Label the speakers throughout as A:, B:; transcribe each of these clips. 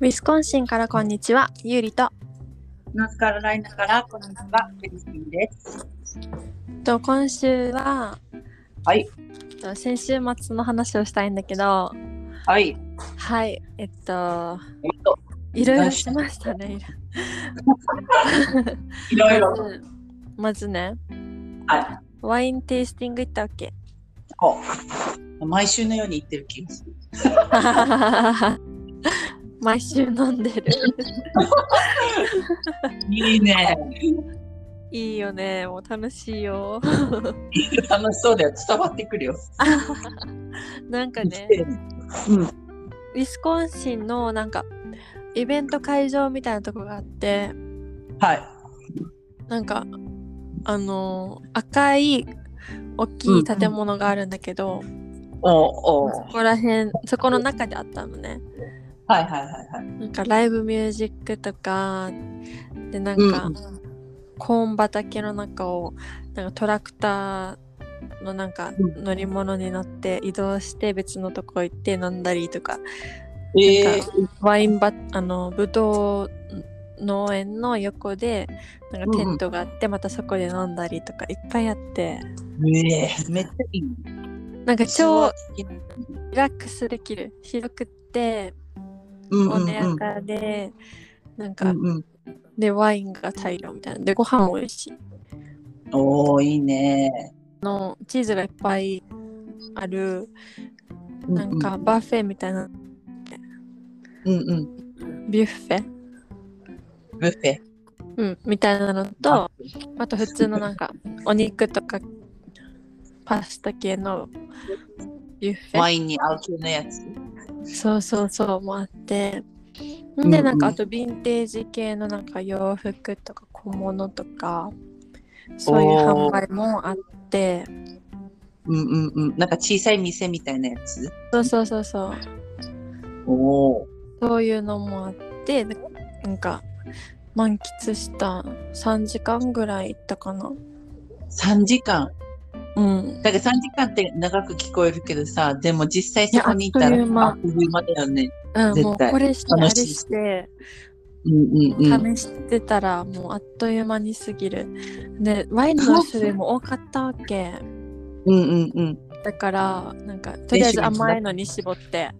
A: ウィスコンシンからこんにちは、ゆうりと。
B: ノースカロライナからこんにちは、ベルシンです。
A: と今週は
B: はい、
A: と先週末の話をしたいんだけど、
B: はい、
A: はい、えっと、
B: えっと、
A: いろいろしましたね。
B: いろい
A: いろ
B: ろ
A: ま、ずまずね、
B: は
A: ワインテイスティング行ったわけ。
B: い、こう。毎週のように言ってる気がする。
A: 毎週飲んで る。
B: いいね。
A: いいよね、もう楽しいよ。
B: 楽しそうだよ。伝わってくるよ。
A: なんかね、
B: うん。
A: ウィスコンシンのなんか、イベント会場みたいなとこがあって、
B: はい。
A: なんかあのー赤い大きい建物があるんだけど、
B: おお。
A: そ
B: はい
A: こら辺そこの中であったのね
B: はいはいはい。
A: なんかライブミュージックとかでなんか、
B: うん
A: コーン畑の中をなんかトラクターのなんか
B: うん
A: 乗り物に乗って移動して別のとこ行って飲んだりとか
B: えー、
A: ワインバあのぶどう農園の横でなんかテントがあってまたそこで飲んだりとかいっぱいあって
B: ねえめっちゃいい。
A: なんか超
B: いいね
A: リラックスできる広くって
B: うんうんうん。
A: 穏やかで、なん
B: う
A: か、
B: んうん。
A: でワインが大量みたいなでご飯も美味しい
B: おおいいね。
A: のチーズがいっぱいある
B: うう
A: なんか。バッフェみたいな
B: うんうん。
A: ビュッフェ、
B: ブッフェ。
A: うん、みたいなのとあと普通のなんかお肉とかパスタ系のビュッフェ
B: ワインに合う系のやつ。
A: そうそうそうもあって
B: んう
A: で
B: ん
A: なんかあとヴィンテージ系のなんか洋服とか小物とかそういう販売もあって
B: うんうんうん。なんか小さい店みたいなやつ。
A: そうそうそうそう
B: おお。
A: そういうのもあってでなんか満喫した3時間ぐらい行ったかな
B: 3時間。
A: うん
B: だけど3時間って長く聞こえるけどさ、でも実際そこにいたら
A: いやあっという間
B: あっという間だよね。
A: うん、もう
B: 絶対
A: これしてあれ
B: 楽しい
A: して
B: うんうんうん。
A: 試してたらもうあっという間に過ぎるでワインの種類も多かったわけ
B: うんうんうん。
A: だからなんかとりあえず甘いのに絞って、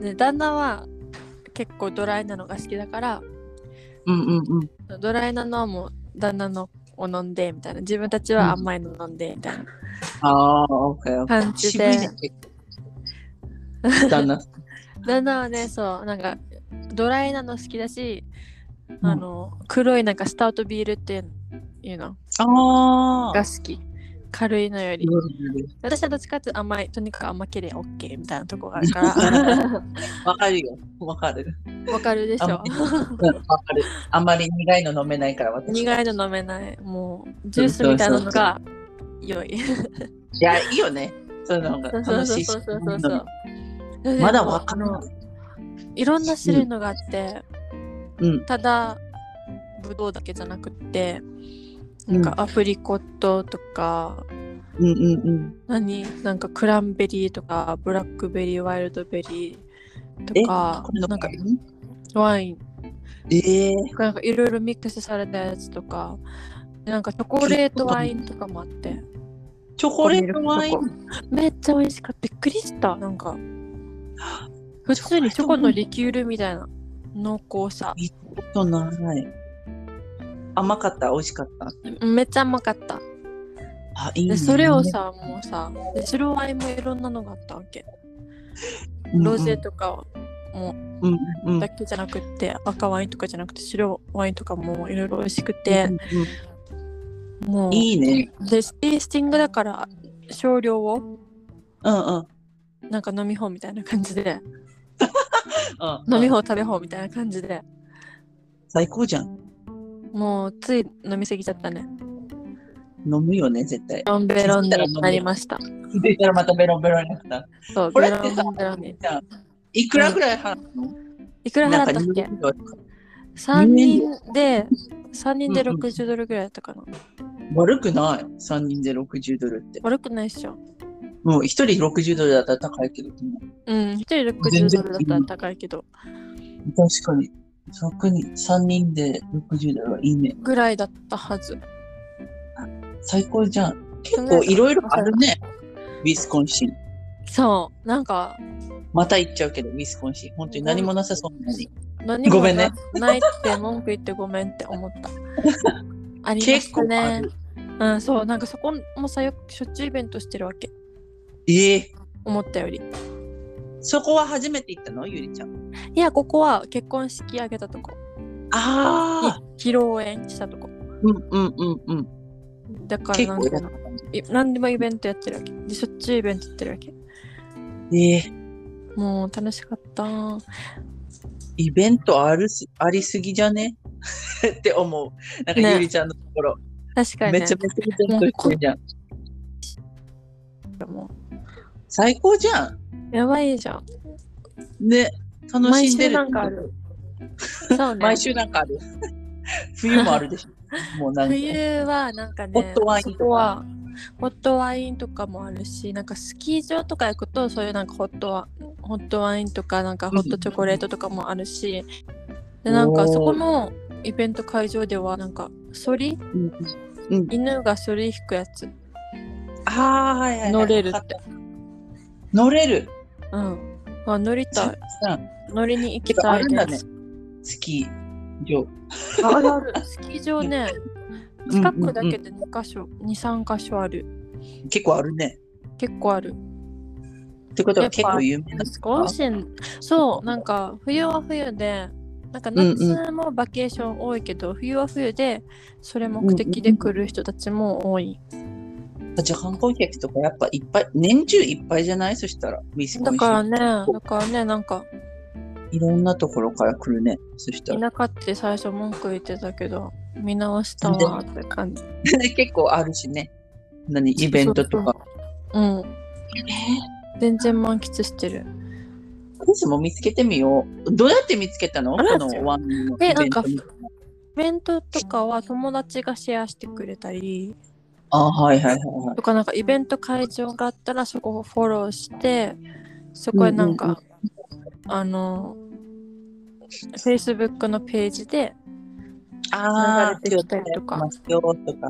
A: で旦那は結構ドライなのが好きだから
B: うんうんうん。
A: ドライなのはもう旦那のを飲んでみたいな自分たちは甘いの飲んでみたいな
B: ああ、オッケーオッケー。
A: 感じ
B: 渋
A: で、
B: いね、結構。旦那。
A: 旦那はねそうなんかドライなの好きだし、
B: うん
A: あの黒いなんかスタウトビールっていうの
B: あ
A: が
B: あ。
A: 好き軽いのより
B: うん
A: 私はどっちかっていうと甘いとにかく甘ければ OK みたいなとこがある から
B: わかるよ。わかる。
A: わかるでしょ
B: あうんわかる。あんまり苦いの飲めないから私。
A: 苦いの飲めないもうジュースみたいなのが良い
B: いや、いいよね。そういうのが
A: そうそう
B: 楽
A: そ
B: し
A: う
B: いし
A: そうそうそう
B: まだわかんない
A: あのいろんな種類のがあって、
B: うん
A: ただぶどうだけじゃなくってなんかアプリコットとか、
B: うんうんうん。
A: 何なんかクランベリーとかブラックベリーワイルドベリーとか
B: この
A: なんかワイン
B: ええ
A: なんかいろいろミックスされたやつとかなんかチョコレートワインとかもあって
B: チョコレートワイ
A: ここ
B: ン。
A: めっちゃ美味しかったびっくりしたなんか普通にチョコのリキュールみたいな濃厚さ
B: 行ったことない。甘かった、美味しかった。
A: めっちゃ甘かった
B: あ、いいね。
A: でそれをさもうさで白ワインもいろんなのがあったわけ
B: うんうん、
A: ロゼとか
B: うんうん
A: だけじゃなくって、赤ワインとかじゃなくて白ワインとかもいろいろ美味しくて、
B: うんうん
A: もう
B: いいね。
A: でテイスティングだから少量を
B: うんうん。
A: なんか飲み放みたいな感じで
B: うん
A: 飲み放食べ放みたいな感じで
B: 最高じゃん。
A: もうつい飲みすぎちゃったね
B: 飲むよね、絶対。
A: ロンベロンになりました
B: でたらまたベロンベロンになった。
A: そう
B: これ
A: ベ
B: ってさ
A: ロンベロンに
B: じゃあいくらぐらい払うの、
A: いくら払
B: な
A: っ
B: んか
A: たっ
B: 2
A: け
B: ユーロとか
A: 3人で3人で
B: うんうん
A: 60ドルぐらいだったかな、
B: 悪くない。3人で60ドルって。
A: 悪くないっしょ
B: もう一人60ドルだったら高いけど、でも
A: うん、1人60ドルだったら高いけど、
B: 確かに、6人、3人で60ドルはいいね。
A: ぐらいだったはず。
B: 最高じゃん。結構いろいろあるね、ウィスコンシン。
A: そう、なんか、
B: また行っちゃうけど、ウィスコンシン。本当に何もなさそうなのに。
A: 何も
B: ごめんね
A: なないって文句言ってごめんって思 った。ありまし
B: 結
A: た
B: 構あ
A: ね。
B: る。
A: うん、そう、なんかそこもさ、よくしょっちゅうイベントしてるわけ。
B: ええ
A: 思ったより。
B: そこは初めて行ったのゆりちゃん。
A: いや、ここは結婚式あげたとこ、
B: ああ。
A: 披露宴したとこ。
B: うんうんうんうん。
A: だから
B: 結
A: なん
B: 構
A: てい
B: 良
A: う
B: かっ
A: のい何でもイベントやってるわけ。で、しょっちゅうイベントやってるわけ。
B: た。ええ
A: もう楽しかった。
B: イベントあるすありすぎじゃね って思う。なんか
A: ね
B: ゆりちゃんのところ、
A: 確かに、ね。
B: めちゃめちゃイベントしてるじゃん。
A: も
B: 最高じゃん。
A: うやばいじゃん。
B: ね。楽
A: 毎
B: しんで
A: 週
B: る。
A: なんかあ る。そうね。
B: 毎週なんかある。 冬もあるで しょ。もうなんか。
A: 冬はなんかね、
B: ホットワインとか
A: そこはホットワインとかもあるし、なんかスキー場とか行くと、そういうなんかホットワホットワインとか、なんかホットチョコレートとかもあるし、でなんか
B: おー
A: そこのイベント会場では、なんか、そり
B: うんうん
A: 犬がそり引くやつ。
B: ああ、はいはいはい。
A: 乗れる
B: わ
A: っ
B: か
A: て
B: た。乗れる。
A: うん。あ、乗りたい。
B: さ
A: 乗りに行
B: け
A: き
B: ど
A: た
B: あ
A: い
B: るんだ
A: で
B: ね
A: す。。
B: スキー場。
A: あるある。スキー場ね、近くだけ
B: うん
A: で2箇所、2、3箇所ある。
B: うんうん結構あるね。
A: 結構ある。
B: ってことは結構有名な
A: スコンシンそうなんか冬は冬でなんか
B: うんうん
A: 夏もバケーション多いけど、冬は冬でそれ目的で来る人たちも多い、
B: じゃあ観光客とかやっぱいっぱい、年中いっぱいじゃないそしたら、ウィスコンシ
A: だ
B: ン。
A: からねだからねなんか
B: いろんなところから来るね。そしたら。
A: 田舎って最初文句言ってたけど見直したわって感じ
B: 結構あるしね。何、イベントとか。
A: うん全然満喫してる
B: 私も見つけてみよう。どうやって見つけたの
A: あ
B: こ
A: ら
B: のワンのイ
A: え
B: ベ
A: なん
B: ン
A: か
B: ト
A: イベントとかは友達がシェアしてくれたり
B: あ、はいはいはいはい。
A: とかなんかイベント会場があったらそこをフォローしてそこへなんか、
B: うんう
A: あの Facebook のページで
B: ああ、
A: 流れてきたりとか
B: 今日やってますよとか、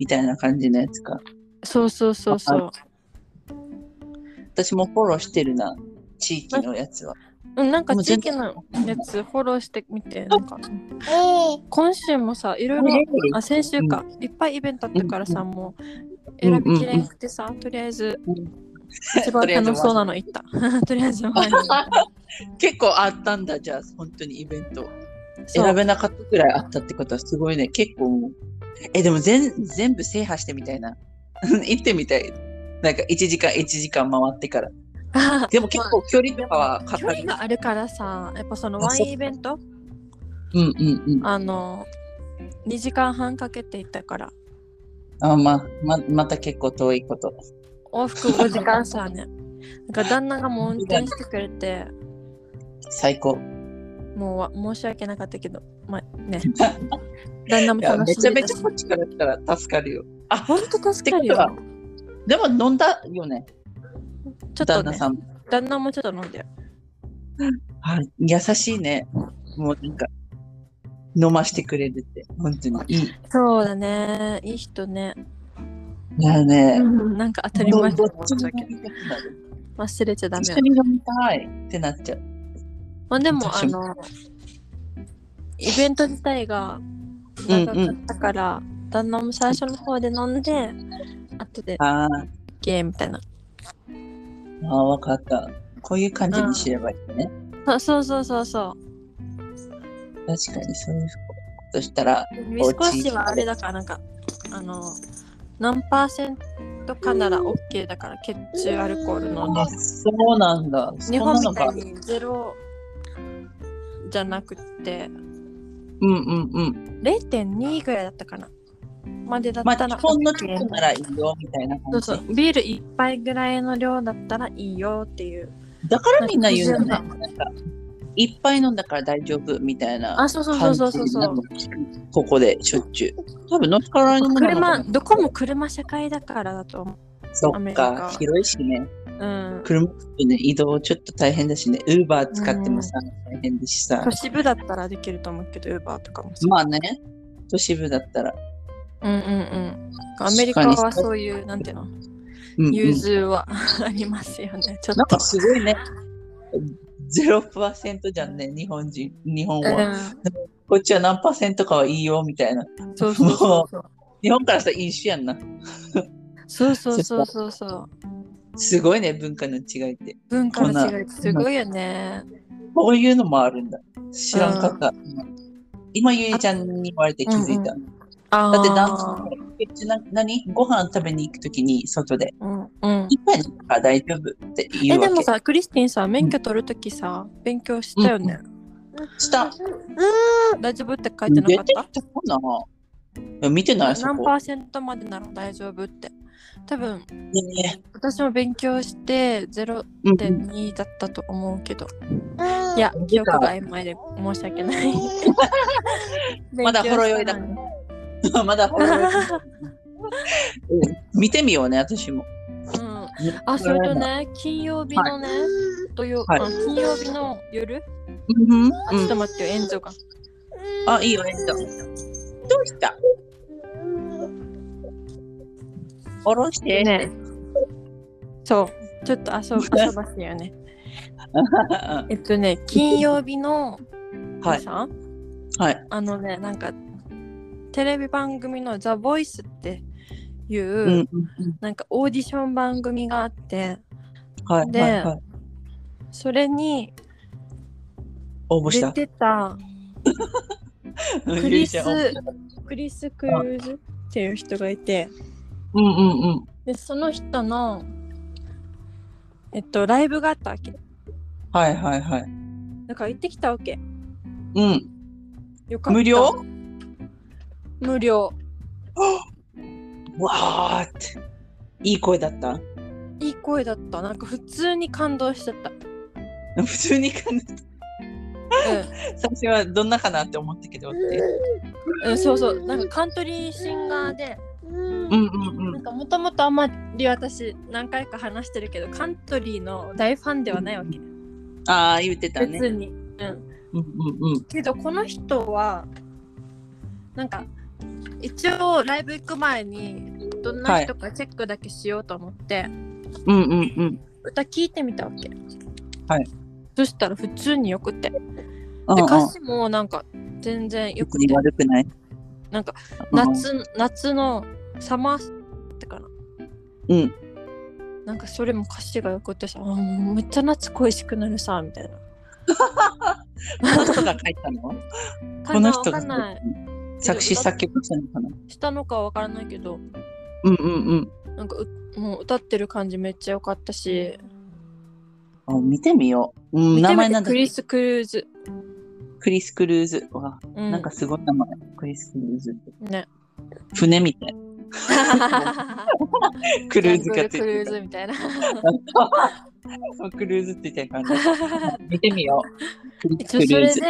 B: みたいな感じのやつか。
A: そうそうそうそう、
B: 私もフォローしてるな。地域のやつは。
A: うん、なんか
B: もう
A: 地
B: 全
A: 域のやつフォローしてみてなんか今週もさいろいろあ先週か、いっぱいイベントあったからさ、もう選びきれなくてさ、とりあえず一番楽しそうなの行った とりあえず 前に
B: 結構あったんだ、じゃあ、本当にイベント。
A: そう
B: 選べなかったくらいあったってことはすごいね。結構もう。え、でも全全部制覇してみたいな。 行ってみたい。なんか1時間1時間回ってから。
A: あ
B: でも結構距離とかはか
A: 距
B: か
A: 離
B: る。
A: があるからさやっぱその
B: あ
A: ワ
B: そ
A: イ
B: う
A: ンイベント
B: うんうんうん。
A: あの2時間半かけて行ったから
B: あまあ、ま、また結構遠いこと。
A: 往復5時間さねなんか旦那がもう運転してくれて
B: 最高。
A: もうわ申し訳なかったけどまあ ね旦那も
B: いや
A: 楽
B: め
A: しん
B: ち
A: で
B: ゃめ
A: た
B: ち
A: し
B: ゃこっちから来たら助かるよ。
A: 本当助かる
B: って
A: よ
B: こでも飲んだよね、
A: ちょっと
B: 旦那
A: ね
B: さん。
A: 旦那もちょっと飲んでる
B: はい、優しいね。もうなんか、飲ましてくれるって、本当にいい。
A: そうだねいい人ね
B: だよね。
A: なんか当たり前だと思
B: ど
A: っ
B: どっち
A: ちゃ
B: も
A: うけど
B: 飲みたくなる
A: 忘れちゃダメ
B: 一緒に飲みたいってなっちゃう。
A: まあでもあ
B: 私も
A: のイベント自体が
B: うんう
A: 長か
B: ん
A: ったから、旦那も最初の方で飲んで後で
B: あ
A: ゲーみたいな
B: ーあー、わかった。こういう感じにすればいいね。
A: あそうそうそうそう
B: 確かにそういうことしたら、
A: 三越はあれだからなんかあの何パーセントかなら OK だから血中アルコールの
B: あそうなんだ。そん
A: 日
B: な
A: 本
B: の
A: みた
B: が
A: いにゼロじゃなくて
B: うんうんうん。
A: 0.2ぐらいだったかなまでだっ
B: まあ、
A: たら
B: 日本のチ
A: OK
B: ョコならいいよみたいな
A: そ
B: 感
A: うそ
B: じ。
A: うビール一杯ぐらいの量だったらいいよっていう
B: だからみんな言うん
A: な
B: だ
A: ん
B: ね。なんか、いっぱい飲んだから大丈夫みたいな。
A: あそうそうそうそうそうそう
B: ここでしょっちゅう。多分、ノースカロライナもなのか
A: 車
B: な
A: どこも車社会だからだと思う
B: そ
A: アメ
B: っ
A: リカ
B: か、広いしね。
A: うん。
B: 車ってね、移動ちょっと大変だしね。ウーバー使ってもさ、大変だしさ
A: 都。市部だったらできると思うけど、ウーバーとかもさ。
B: まあね、都市部だったら。
A: うんうんうん。アメリカはそういう、なんていうの、
B: うんうん
A: 融通は ありますよね。ちょっ
B: なん
A: と
B: か。すごいね。0%じゃんね、日本人。日本は。こっちは何パーセントかはいいよ、みたいな。
A: うん、そうそうそうそう。
B: 日本からしたら一緒やんな。
A: そうそうそうそうそう。
B: すごいね、文化の違いって。
A: 文化の違いってすごいよね。
B: こういうのもあるんだ。知らんかった。今、ゆえちゃんに言われて気づいた。
A: あ
B: だって
A: ダ
B: 男
A: ン
B: 性な何ご飯食べに行くときに外で、
A: うんうん。
B: 一杯飲むから大丈夫って言
A: え、
B: うわ
A: で
B: け。
A: もさ、クリスティンさ、免許取るときさ、勉強したよね。
B: した。
A: 大丈夫って書いて
B: 出
A: なか
B: て
A: っ
B: き
A: た
B: たかな見てないそ
A: 何パ
B: こ。
A: ーセントまでなら大丈夫って。多分
B: ね
A: 私も勉強して0.2
B: うん
A: だったと思うけど、いや、記憶が曖昧で申し訳ない。
B: まだほろ酔いだ
A: 勉強
B: うん、まだほ
A: し
B: ら
A: たのに
B: 見てみようね、私も。
A: うん、あ、それとね、金曜日のね、土曜
B: はい
A: あ金曜日の夜、
B: うんうん。
A: あちょっと待ってよ、援助が。
B: あ、いいよ、えっと。どうしたおろして。
A: ね、そう、ちょっと遊 ぶ遊ばせよね。えっとね、金曜日の
B: はい
A: さ
B: はい
A: あのね、なんかテレビ番組の「ザ・ボイスっていう、
B: うんうん
A: なんかオーディション番組があって
B: はい
A: で
B: はいはい。
A: それに
B: 応募し
A: 出
B: た。
A: てた
B: うん
A: クリス
B: ゆいちゃん応募した
A: クリス・クルーズっていう人がいて
B: うんうんうん。
A: でその人のえっとライブがあったわけ
B: はいはいはい。
A: だから行ってきたわけ
B: うん。
A: よかった
B: 無料
A: 無料
B: わーって。いい声だった。
A: いい声だったなんか普通に感動しちゃ った、
B: 普通に感じ
A: う
B: 最初はどんなかなって思ったけどって。
A: んうん、そうそうなんかカントリーシンガーで
B: うんうんう
A: なん
B: ん。
A: かもともとあんまり私何回か話してるけどカントリーの大ファンではないわけ、
B: ああ、言ってたね。
A: 別に、うん、
B: うんうんうん。
A: けどこの人はなんか一応ライブ行く前にどんな人かチェックだけしようと思って、
B: うんうんうん。
A: 歌聞いてみたわけ
B: はい
A: そしたら普通によくてで
B: うんうん
A: 歌詞もなんか全然よく
B: 別に
A: て
B: 悪くない
A: なんか、
B: うん
A: 夏夏のサマーってかな
B: うん
A: なんかそれも歌詞がよくてさあーもうめっちゃ夏恋しくなるさみたいな
B: この人が書いたのこの人
A: わ
B: が
A: かんない
B: 作詞作曲したのかな
A: したのかわからないけど
B: うんうん
A: なんかうもう歌ってる感じめっちゃ良かったし
B: うん。あ見てみよう。うん、
A: 見てみて
B: 名前なんだっ
A: クリ
B: け
A: ス・クルーズ、
B: クリス・クルーズ。うわ、
A: うん、
B: なんかすごい名前。クリス・クルーズって。
A: ね
B: 船みたい。ク
A: ク
B: ルーズかって
A: クルー
B: 言っ て
A: ズみたいな
B: た。クルーズって言ってた 感じ。見てみよう。クリス・
A: 一
B: ク
A: 応
B: ル
A: それ
B: ーズ。
A: で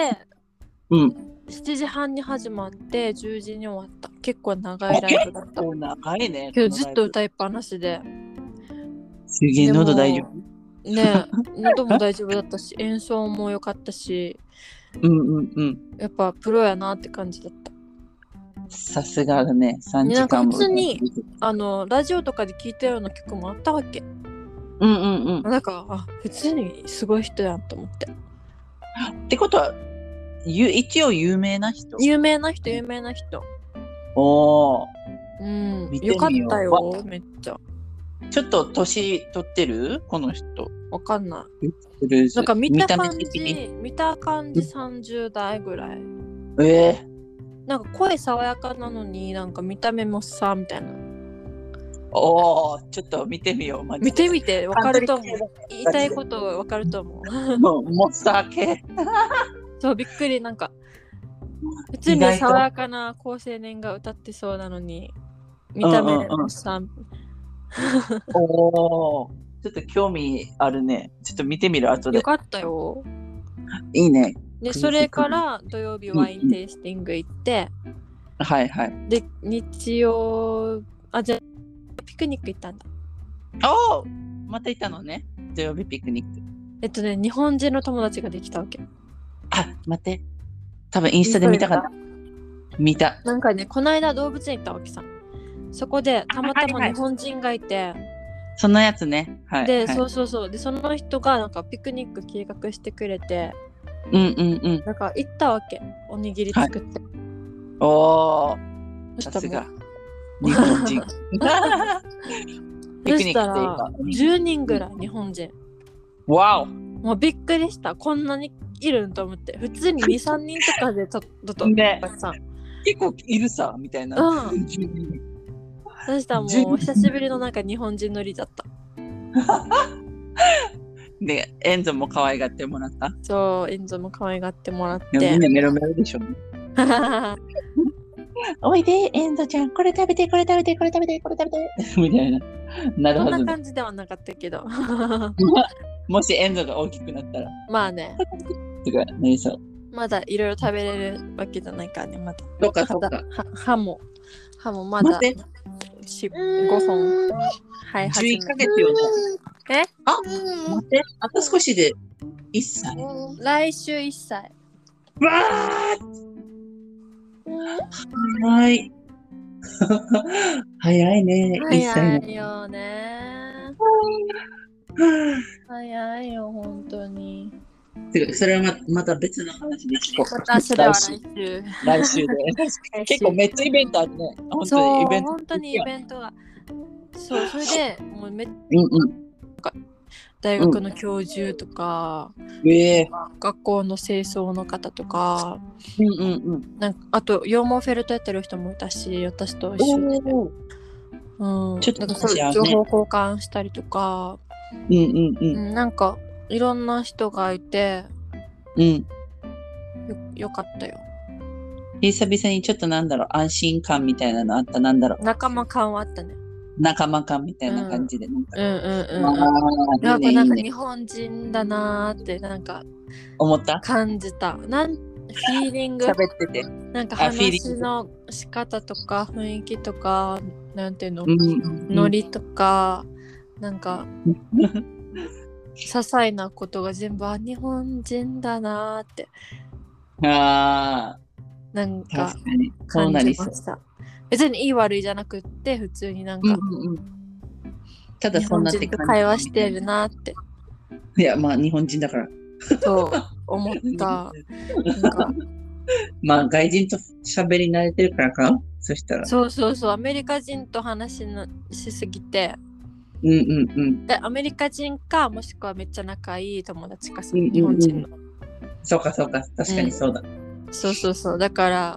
B: うん。
A: 7時半に始まって10時に終わった結構長いライブだった
B: こう長いね。
A: けどずっと
B: この
A: 歌
B: ライ
A: いっぱなしで
B: ブ。すげえ、喉大丈夫。
A: 夫ねえ喉も大丈夫だったし演奏も良かったし
B: うんうんうん。
A: やっぱプロやなって感じだった
B: さすがだね。3時間も。
A: なんか普通に。あのラジオとかで聴いたような曲もあったわけ
B: うんうんうん。
A: なんかあ普通にすごい人やんと思って
B: ってことは、ゆ一応有名な人。
A: 有名な人有名な人
B: おお。
A: うん
B: 見てみよ
A: よ
B: う
A: かった
B: わ
A: よめっちゃ
B: ちょっと年取ってるこの人。
A: わかんない
B: クルーズ。
A: なんか見た
B: 目
A: 感
B: 的
A: じ
B: に。
A: 見た感じ30代ぐらい
B: ええ
A: なんか声爽やかなのになんか見た目もさみたいな
B: おお、ちょっと見てみよう。マジで
A: 見てみてわかると思う
B: カント
A: 言いたいことわかると思う
B: リー系のモンスター系。
A: そうびっくりなんか普通
B: 意
A: に
B: 外と
A: 爽やかな高青年が歌ってそうなのに見た目でもさ、
B: おお。ちょっと興味あるね。ちょっと見てみる後で
A: よ。かったよ
B: いいね。
A: で
B: クリス
A: それから土曜日ワインテイスティング行って、
B: はいはい。
A: で日曜あじゃあピクニック行ったんだ
B: おおまた行ったのね。土曜日ピクニック。
A: えっとね、日本人の友達ができたわけ。
B: あ、待って。多分インスタで見たかな。見た。
A: なんかね、この間動物園行ったわけさ。そこでたまた
B: はいは
A: ま
B: い
A: 日本人がいて、
B: そのやつね。はい。
A: で、
B: はい
A: そうそうそう。で、その人がなんかピクニック計画してくれて、
B: うんうんうん。
A: なんか行ったわけ。おにぎり作って。
B: おお、
A: そ
B: さ
A: した
B: す
A: ら
B: が
A: も。
B: 日本 人。
A: う
B: ピ
A: そ
B: クニ
A: した、
B: ックっていうから
A: 10人ぐらい日本人。
B: わお
A: もうびっくりした。こんなにいるんと思って。普通に2、3人とかでちょっと。
B: ね
A: たくさん
B: 結構いるさ、みたいな。
A: うん。そしたら
B: 10
A: もう
B: 人
A: 久しぶりのなんか日本人乗りだった。
B: で、エンゾも可愛がってもらった。
A: そう、エンゾも可愛がってもらっ
B: でもみ
A: て
B: ん。なメロメロでしょ。 おいで、エンゾちゃん、これ食べて、これ食べて、これ食べて、これ食べ て。みたいな。な る
A: そ
B: は
A: んな
B: ずだ。
A: 感じではなかったけ ど。
B: もしエンゾが大きくなったら、
A: まあね、
B: とかなりそう。
A: まだいろいろ食べれるわけじゃないからね、まだ。
B: そっかそっか。
A: は歯も、歯もまだ
B: 待って、
A: し5本。はい、
B: 11
A: 始
B: ヶ
A: め
B: 月よね。
A: え
B: 待って、あと少しで1歳。
A: 来週1歳。
B: わー早い。 早いね、1
A: 早
B: 歳
A: いよね。
B: の。
A: 早いよ、本当に。
B: てかそれはままた別の話で聞こう。
A: またそれは
B: 来
A: 来
B: 週
A: 週。
B: 来週で。結構めっちゃイベントあるね。本当にイベント。
A: そう本当にイベントがそうそれでもうめ
B: うんう
A: 大学の教授とか、
B: ん。ええ
A: 学校の清掃の方とか
B: うんうんうん。
A: なんかあと羊毛フェルトやってる人もいたし私と一緒で、
B: おお。
A: うん、
B: ちょっと
A: なんかそう
B: 私はね
A: 情報交換したりとか、
B: うんうんう。
A: うんん、なんかいろんな人がいて
B: うん。
A: よよかったよ
B: 久々にちょっとなんだろう、安心感みたいなのあった、なんだろう、
A: 仲間感はあったね
B: 仲間感みたいな感じで。なんか
A: うんうん
B: あ
A: うんな
B: あ、
A: ん
B: い
A: か
B: い
A: ない
B: ね、
A: ん
B: い
A: か
B: ね。
A: 日本人だなーってなんか
B: 思った
A: 感じたなんフィーリング
B: 喋ってて。
A: なんか
B: あフィーリング
A: 話の仕方とか雰囲気とかなんていうの、
B: うん
A: ノリとかなん か些細なことが全部あ日本人だなーって
B: あ
A: なん
B: あ、
A: か
B: 確かに。そう
A: 感
B: な
A: じ
B: り
A: ま
B: そう。
A: した別にいい悪いじゃなくって普通になん
B: うん
A: か
B: うんうん。ただ
A: 日
B: そ
A: 本
B: んなって
A: 人と
B: 感じ
A: 会話してるなーって
B: いや、まあ日本人だから。
A: そう思ったなんか
B: まあ外人と喋り慣れてるからか。そしたら。
A: そうそうそうアメリカ人と話しなしすぎて
B: うんうんうん。
A: でアメリカ人かもしくはめっちゃ仲いい友達かさ
B: うんうんうん
A: 日本人の。
B: そうかそうか。確かにそうだ。
A: そうそうそうだから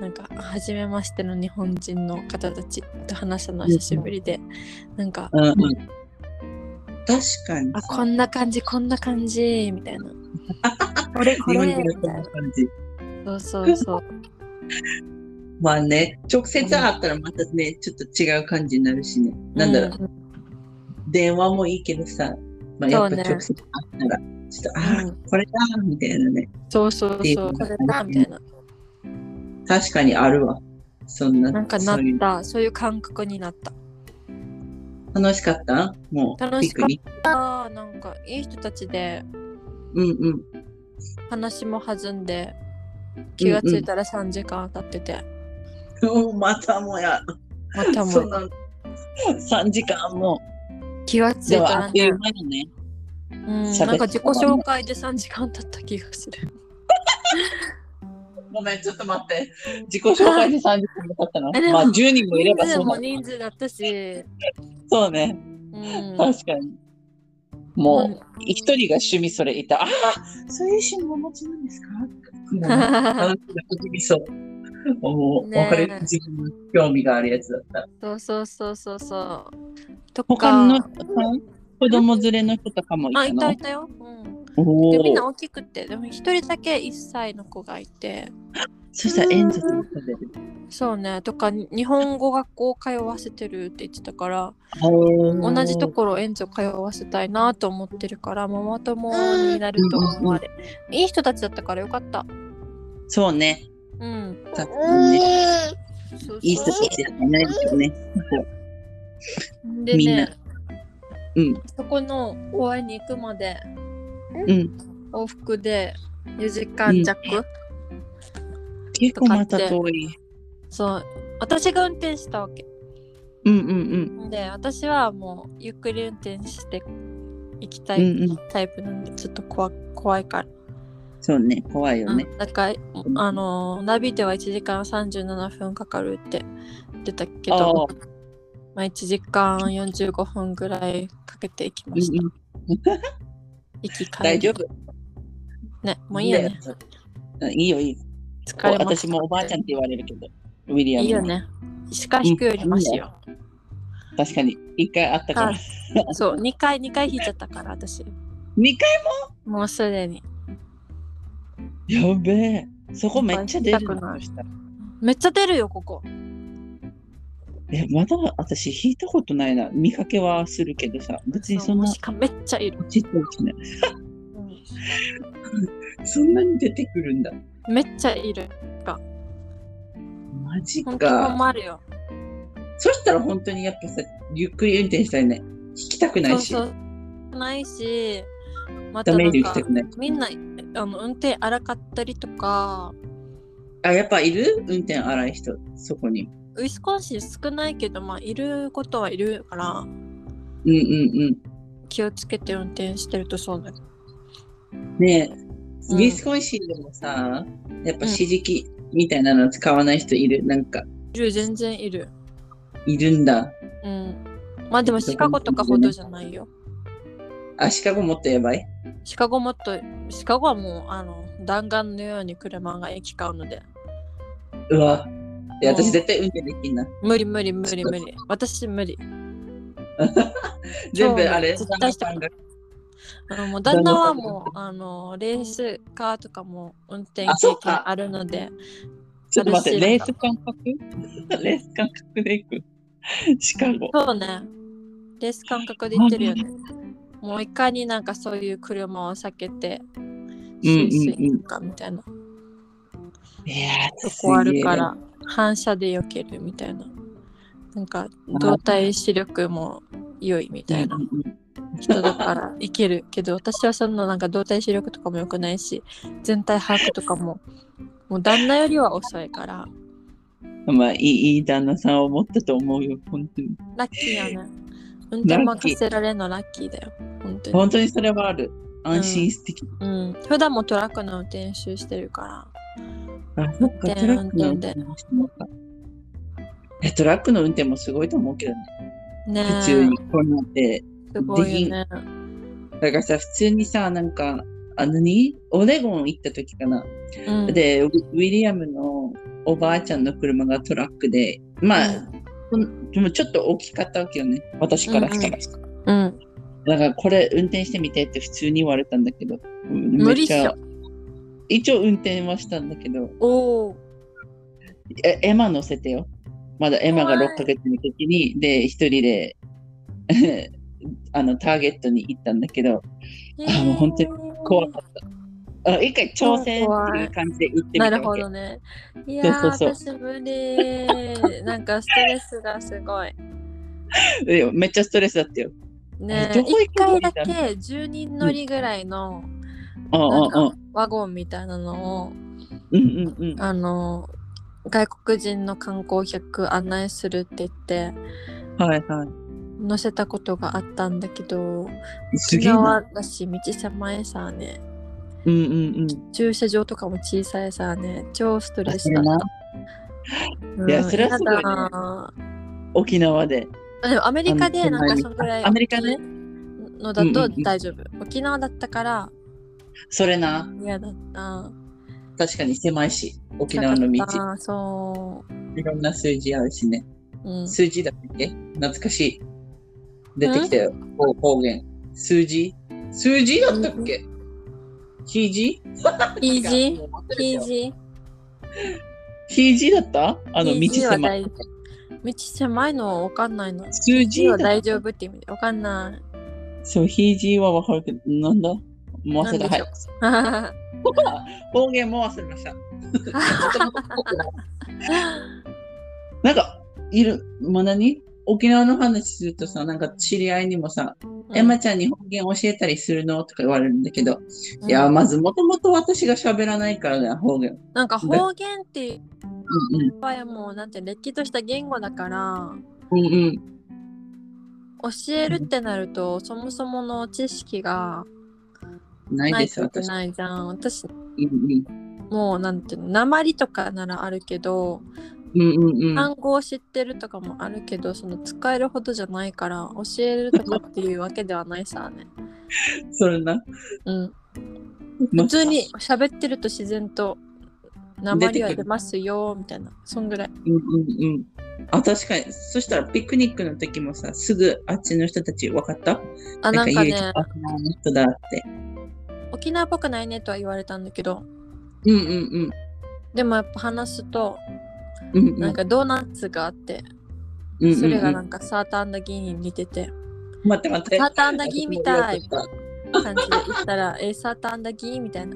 A: なんか初めましての日本人の方たちと話したのは久しぶりで、なんか、
B: うんうん。確かに。
A: あこんな感じこんな感じみた いなこれこ
B: 日
A: れみ
B: 本人のこ
A: たい
B: んな
A: な
B: 感じ。
A: そうそうそう
B: まあね、直接会ったらまたね、ちょっと違う感じになるしね。 なんだろう、
A: う
B: 電話もいいけどさ、まあ、や
A: そ
B: っ
A: う
B: ぱ
A: ね
B: 直接会ったら、ちょっと、ああ、
A: うん
B: これだ、みたいなね。
A: そうそう
B: ってい
A: そううこ
B: のが
A: れだみたいな
B: 確かにあるわ。そんな、
A: なんかな
B: そういう
A: ったそういう感覚になった
B: 楽しかったもう、
A: 楽しかった
B: ピクニッ
A: あーなんかいい人たちで
B: クうんうん。
A: 話も弾んで気がついたら3時間経ってて、
B: お またもや。
A: またも
B: そう
A: う
B: なの。3時間も。
A: 気がつい
B: で
A: た
B: は、あ
A: ら
B: っとい
A: ね
B: う間にね。
A: うん、
B: 喋っ
A: なんか自己紹介で3時間経った気がする。
B: ごめん、ちょっと待って。自己紹介で3時間も経ったの
A: えでも
B: まあ、10人もいれ
A: 人
B: ば
A: 数
B: そう
A: も
B: だ。
A: 人数だったし、
B: そうね。
A: うん、
B: 確かに。もう、
A: う
B: 一人が趣味それいた。ああ、そういう趣味をお持ちなんですか
A: ん
B: 話が飛びそう。もう、
A: ねえ
B: 分かる自分の興味があるやつだっ
A: そ
B: た。
A: うそうそうそうそう。とか、
B: 他の、子供連れの人とかもい
A: あ、
B: た
A: い
B: の
A: たいたよ。うん、
B: お
A: でみんな
B: ー
A: 大きくて、でも一人だけ1歳の子がいて、
B: そしたら演説も食べる。
A: そうね、とかに日本語学校通わせてるって言ってたから、
B: 同
A: 同じところ園長通わせたいなと思ってるから、ママ友になると思われ、いい人たちだったからよかった。
B: そうね。
A: うん、
B: 多分ね
A: そうそう
B: いい人たちやね。ないですよね。
A: で
B: みんな
A: ね、
B: うん
A: そこの公園に行くまで
B: うん。
A: 往復で4時間弱、
B: 結構また遠い。
A: そう私が運転したわけ
B: うんうん
A: で私はもうゆっくり運転して行きた
B: うん。う
A: い
B: んうん。
A: タイプなんでちょっと怖怖いから、
B: そうね、怖いよね。
A: うんだからあのーナビでは1時間37分かかるって出たけ
B: ああ
A: ど、まあ、1時間45分ぐらいかけて行きま
B: うん
A: した、
B: うん、
A: 行き帰り
B: 大丈夫。
A: ねもういいよね
B: うん。いいよいいよ。
A: 疲れます
B: 私もおばあちゃんって言われるけど、ウィリアム
A: い
B: はい
A: よ。ね石川引くよりマシよ、
B: 確かに、一回あったか
A: は
B: ら
A: い。そう2回2回引いちゃったから私
B: 二回
A: もうすでに
B: やべえ。そこめっちゃ出る
A: やっぱ
B: の
A: りめっちゃ出るよここ
B: え、まだ私弾いたことないな。見かけはするけどさ、別にそんな
A: しかめっちゃいる、
B: ちっちゃいしね。そんなに出てくるんだ。
A: めっちゃいる
B: マジ
A: 本当
B: か。
A: 困るよ
B: そしたら本当にやっぱさ、ゆっくり運転したいね。弾きたくないし、
A: そうそうないしま
B: ダ
A: た
B: メ
A: な
B: ージ
A: ん
B: 受け
A: か
B: たくない。
A: みんなあの運転荒かったりとか
B: あ、やっぱいる運転荒い人、そこに。
A: ウィスコンシン少ないけどまあいることはいるから
B: うんうん
A: 気をつけて運転してるとそうだよ
B: うん。ねえ、
A: うん
B: ウィスコンシンでもさ、やっぱ指示器みたいなの使わない人いる。なんか、
A: いる全然いる
B: いるんだ。
A: うんまあでもシカゴとかほどじゃないよ
B: あ、シカゴもっとやばい。
A: シカゴもっとシカゴはもうあの弾丸のように車が行き交うので
B: うわ。で
A: う
B: 私
A: ん
B: 絶対運転できんな。
A: 無理無理無理無理私無理
B: 全部あれ、
A: そう絶対してもらあのもう旦那はもうあのレースカーとかも運転
B: あ
A: 経
B: そうか
A: 験あるので
B: ちょっと待って、レ
A: 楽しい
B: ース感覚レース感覚で行く。シカゴ。
A: そうねレース感覚で行ってるよねもういかになんかそういう車を避けてスイスイ行くかみたいな、
B: いやー、
A: そこあるから反射で避けるみたいななんか動体視力も良いみ
B: す
A: た
B: げえ
A: いな人だからいけるけど私はそんななんか動体視力とかも良くないし全体把握とかももう旦那よりは遅いから
B: まあ、いい、いい旦那さんを持ったと思うよ、本当に。
A: ラッキーやね運転任せられるのラッキーだよ本当に、
B: 本当にそれはある。安心してき
A: うん、普段もトラックの運転習してるから
B: た。あ、そっか、トラックの運転もしてもらったえ、トラックの運転もすごいと思うけどね。
A: ねえ
B: 普通に、こうなって。
A: すごいよね
B: だからさ、普通にさ、なんか、あのに、オレゴン行った時かな。
A: うん
B: で、ウィウィリアムのおばあちゃんの車がトラックで、まあ、こんでもちょっと大きかったわけよね、私からしたら。
A: うん
B: だから、これ運転してみてって普通に言われたんだけど、うん
A: 無理っしょ
B: めっちゃ一応運転はしたんだけど、
A: おお
B: えエマ乗せてよ。まだエマが
A: 怖い
B: 6ヶ月の時に、で、一人で、 あの、ターゲットに行ったんだけど、あもう本当に怖かった。あ一回挑戦っていう感じで行ってみた
A: な
B: わけ。
A: るほどねいやー
B: そう
A: 私
B: そう
A: 無理なんかストレスがすごい
B: うんめっちゃストレスだったよ。
A: ねえ
B: どこ
A: 1
B: 行く
A: 回
B: の
A: だけ10人乗りぐらいの
B: うんうんうん。
A: ワゴンみたいなのを
B: うんうんうん。
A: あの外国人の観光客案内するって言って
B: はいは
A: 乗せたことがあったんだけど
B: い。すげえ
A: 沖
B: な。
A: 縄だし道狭いさね
B: うんうん
A: 駐車場とかも小さいさね超ストレスだっ
B: あ
A: た、
B: いやそれはすごいね
A: やだ
B: うん。沖縄で。
A: あでもアメリカ
B: あ
A: で
B: の
A: なんかそのぐらい
B: アメリカね
A: のだ
B: うんう
A: と
B: んうん
A: 大丈夫、沖縄だったから
B: それな。
A: 嫌だった
B: 確かに狭いし、沖縄の道
A: 辛。かったそ
B: いろんな数字あるしね。
A: う、うん、
B: 数字だっけ懐かしい。出てきたよ。方方言。数字数字だったっけひじ
A: イージーイー
B: ー
A: ジー
B: ひじだったあの、道
A: イージーは
B: 狭
A: 大
B: い。
A: 道狭いのは分かんないの
B: 数
A: 字
B: 字
A: は
B: だ
A: 大丈夫って意味で分かん ない
B: そう、ひじはわかるけど、なんだもう忘れた。
A: な
B: は
A: ん
B: い
A: で。あ
B: 方言も忘れ ました。なんか、いる、まあ、何沖縄の話するとさ、なんか知り合いにもさ、エマちゃん日本語教えたりするのとか言われるんだけど、いや、まずもともと私が喋らないからね、方言。
A: なんか方言っていう
B: うんうん。
A: 場合はもうなんてれっきとした言語だから
B: うんうん。
A: 教えるってなるとそもそもの知識が
B: ない
A: ない
B: です、
A: といけ
B: 私。
A: ないじゃん。私
B: うん
A: もうなんていうの鉛とかならあるけど
B: うん。うんうんうん。
A: 単語を知ってるとかもあるけどその使えるほどじゃないから教えるとかっていうわけではない さね。
B: それな。
A: うん、
B: 普
A: 普通。に喋ってると自然と鉛は出ますよみたいなそんぐらい。
B: うんうんうん。あ、確かに。そしたらピクニックの時もさ、すぐあっちの人たち分かった
A: あなんか
B: 唯一
A: ね
B: あの人だって。
A: 沖縄っぽくないねとは言われたんだけど
B: うんうん
A: でもやっぱ話すと
B: うん。うんうん。
A: なんかドーナツがあって、
B: うんうんうん
A: それがなんかサーターアンダギーに似てて、
B: 待って待って。
A: サーターアンダギーみたい
B: 私も言おうとし
A: 感じで言ったらえサーターアンダギーみたいな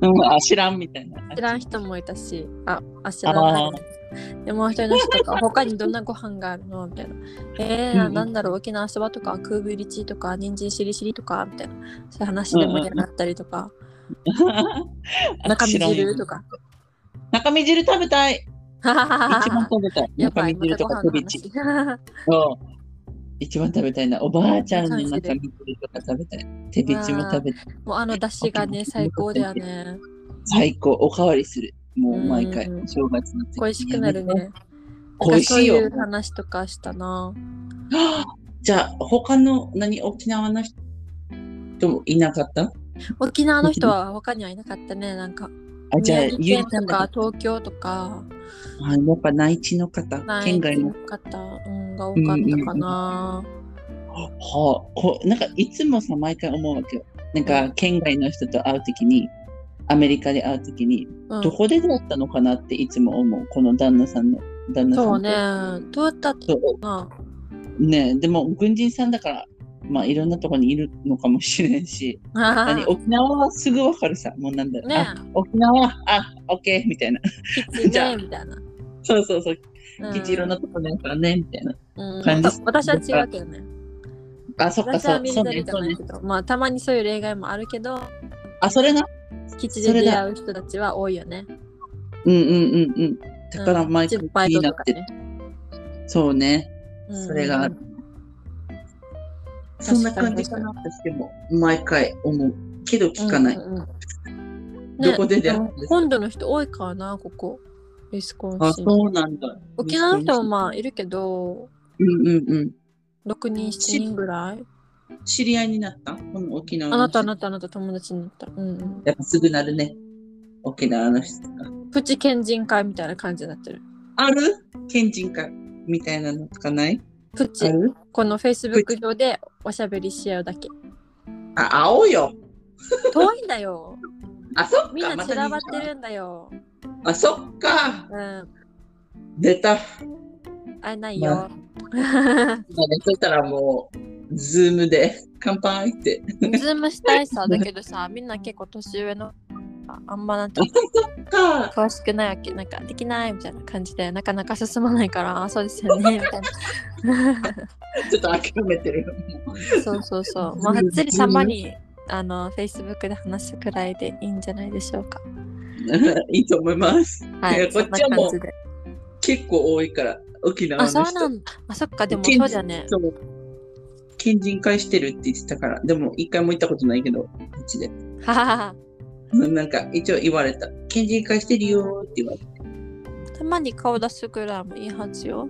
B: た。うん、あ、知らんみたいな。
A: 知らん人もいたしああ知らないでもう一人の人とか他にどんなご飯があるのみたいなえー、
B: うん
A: なんだろう沖縄そばとかクーブリチとか人参しりしりとかみたいなそういう話で盛り上がったりとか、
B: あ
A: 中身
B: 知ら
A: 汁
B: ん
A: とか
B: 中身汁食べたい。一番食べたい。
A: や
B: 中
A: ばい
B: 身
A: ま
B: 汁
A: た
B: と
A: ご飯
B: か飛
A: の
B: び地。
A: 話
B: そう一番食べたいな。おばあちゃんの中身
A: 中
B: 汁とか食べたい。手びちも食べたい。
A: もうあの出汁が ね最高だよね
B: 最高。おかわりする。もう毎回
A: うんう、ん
B: 正月の時。
A: 恋しくなるね。
B: 恋しい
A: なんか
B: よ
A: そういう。話とかしたな。
B: じゃあ、他の、何、沖縄の人もいなかった
A: 沖縄の人は他にはいなかったね。なんか、
B: あ、じゃあ、
A: 宮城
B: ゆ
A: 県
B: りちゃ
A: と
B: ん
A: か
B: だけ。
A: 東京とか、
B: あやっぱ内地の方、
A: ない
B: 県外の。
A: 方、うん、が多かったかな。
B: はあ、こうなんかいつもさ毎回思うわけよ。なんか県外の人と会うときにアメリカで会うときに
A: うん
B: どこで出会ったのかなっていつも思うこの旦那さんの旦那さん
A: そう
B: と
A: ね。どうやったって
B: そう
A: な。
B: ねでも軍人さんだからまあいろんなとこにいるのかもしれんし何沖縄はすぐわかるさもうなんだろう、
A: ね
B: あ沖縄あオッケーみたいな
A: きつい
B: じゃ
A: ね、
B: あ
A: みたいな。
B: そうそうそう
A: うん
B: 基地いろんなとこないからねみたいな
A: うん
B: 感じ
A: 私は違うけどね。
B: あそっか
A: 私は
B: そう
A: ミリ
B: そう
A: タリ
B: ね
A: ーじゃ
B: そう
A: な
B: ね
A: いけど、まあたまにそういう例外もあるけど、
B: あそれが
A: 基地で出会う人たちは多いよね。
B: うんうんうんうんだから毎
A: チ
B: 回
A: ップバイ
B: 気に
A: ト
B: な
A: と
B: っ
A: か
B: てる、
A: ね。
B: そうね
A: うん
B: それがある。そんな感じかな私でも毎回思うけど聞かない、
A: うんうんうん
B: どこで出会うんですか
A: ね本土の人多いからな、ここ。ウィスコン
B: あ
A: シン。
B: そうなんだ
A: 沖縄の人も
B: も
A: まあいるけど、
B: うんうんうん
A: 6人、7人ぐらい。
B: 知り合いになったこの沖縄
A: あ
B: の
A: な
B: 人
A: た、あなた、あなた、友達になった。うん
B: やっぱすぐなるね沖縄の人とか
A: うん。プチ県人会みたいな感じになってる。
B: ある県人会みたいなのとかない
A: プ
B: あ
A: チ。
B: る
A: この Facebook 上でおしゃべりし合うだけ。
B: あ青よ
A: 遠いんだよ。
B: あそっか
A: みんな
B: ま
A: 散
B: た
A: ら
B: 似た
A: ばってるんだよ。
B: あそっか
A: うん。
B: 出た
A: 会えないよ。
B: 今出てたらもうズームで乾杯って
A: ズームしたいさ、だけどさ、 みんな結構年上の。ああんまなんて
B: か
A: 詳しくないわけなんかできないみたいな感じでなかなか進まないからあそうですよねみたいな
B: ちょっと諦めてる
A: そうそうそうまあはっつりたまにあの Facebook で話すくらいでいいんじゃないでしょうか
B: いいと思います。
A: はいい
B: やこ
A: そ
B: っ
A: んな
B: ちはも
A: 感
B: う
A: じで
B: 結構多いから、沖縄
A: あ
B: の人。
A: そうなんだあそっかでも
B: 県
A: そうだね
B: そう県人会してるって言ってたから、でも一回も行ったことないけど、こっちで。
A: ははは
B: なんか一応言われた。県人会してるよーって言われた。
A: たまに顔出すくらいもいいはずよ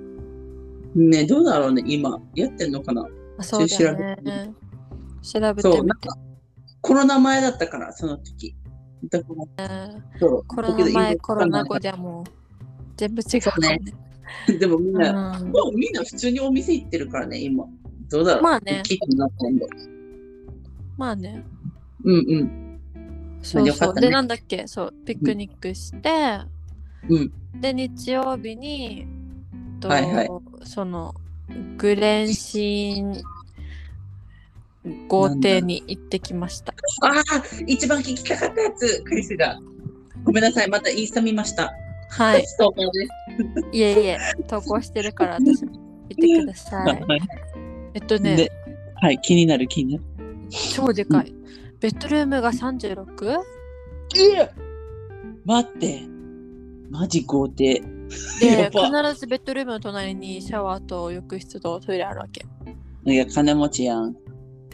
B: ねどうだろうね、今。やってんのかな
A: あそうだよね調べて
B: そう、
A: み
B: なんかコロナ前だったから、その時。だから、そう
A: コロ
B: だ
A: ナ
B: けど
A: 前
B: 今
A: コロナ後ではもう全部違うからね
B: でもみん
A: う
B: な、
A: ん
B: もうみんな普通にお店行ってるからね、今。どうだろう。
A: まあね
B: 聞いてもらったんだ。
A: まあね
B: うんうん。
A: そう
B: よか
A: そ
B: っ
A: う。
B: たね
A: で、なんだっけ、そう、ピクニックして、
B: うん
A: で、日曜日に、と
B: はいはい
A: その、グレンシーン豪邸に行ってきました。
B: ああ、一番聞きたかったやつ、クリスが。ごめんなさい、またインスタ見ました。
A: はい。
B: ストーカーです。
A: いえいえ、投稿してるから私も。見てください。
B: はい
A: えっとね
B: で、はい、気になる気になる。
A: 超でかい。ベッドルームが 36?
B: 待って、マジ豪邸。
A: で、
B: や
A: 必
B: ば
A: ずベッドルームの隣にシャワーと浴室とトイレあるわけ。
B: いや、金持ちやん。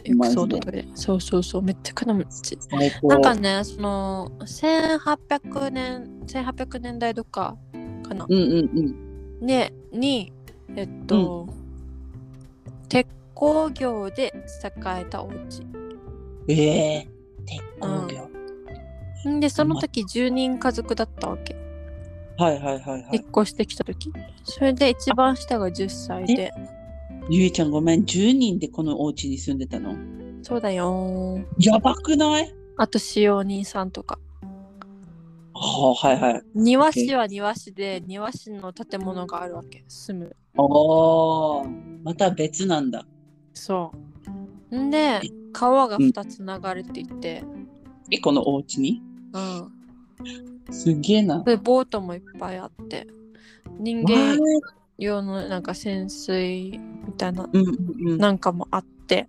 A: 浴槽とトイレ。そうそうそう、めっちゃ金持ち。
B: 最高。
A: なんかね、その、1800年、1800年代とかかな。
B: うんうんうん。
A: ね、に、えっと、鉄鋼業で栄えたお家。
B: ええ鉄工業。
A: んで、その時10人家族だったわけ。
B: はいはいはいは
A: 引っ
B: い。
A: 越してきた時。それで一番下が10歳で。
B: ゆいちゃんごめん、10人でこのお家に住んでたの。
A: そうだよー。
B: やばくない
A: あと、しお兄さんとか。
B: ああ、はいはい。
A: 庭師は庭師で、庭師の建物があるわけ。住む。
B: ああ、また別なんだ。
A: そう。んで、川が2つ流れていて、
B: え、このお家に
A: うん。
B: すげえな。
A: で、ボートもいっぱいあって、人間用のなんか潜水みたいな、
B: うんうんうん。
A: なんかもあって、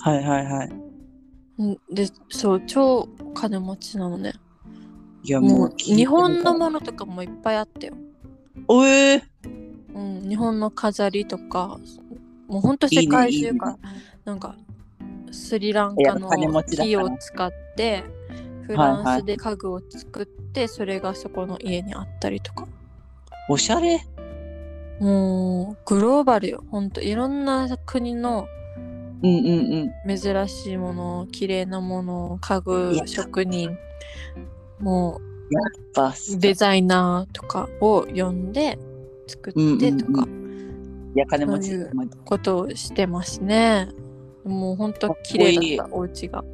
B: はいはいはい。
A: んで、そう、超金持ちなのね。
B: いや
A: も
B: も
A: う
B: う、
A: 日本のものとかもいっぱいあったよ。
B: おえ
A: うん、日本の飾りとか、もうほんと世界中から、なんか、スリランカの
B: いや金持ちだから
A: 木を使って、フランスで家具を作って、それがそこの家にあったりとか。
B: おしゃれ
A: もう、グローバルよ。ほんと、いろんな国の
B: うんうんうん。
A: 珍しいもの、綺麗なもの、家具
B: い、や
A: 職人、も
B: バス
A: う、。デザイナーとかを呼んで、作ってとか。
B: うんいや、金持ち。
A: そう
B: う
A: いことをしてますね。もう本当綺麗だったお家が。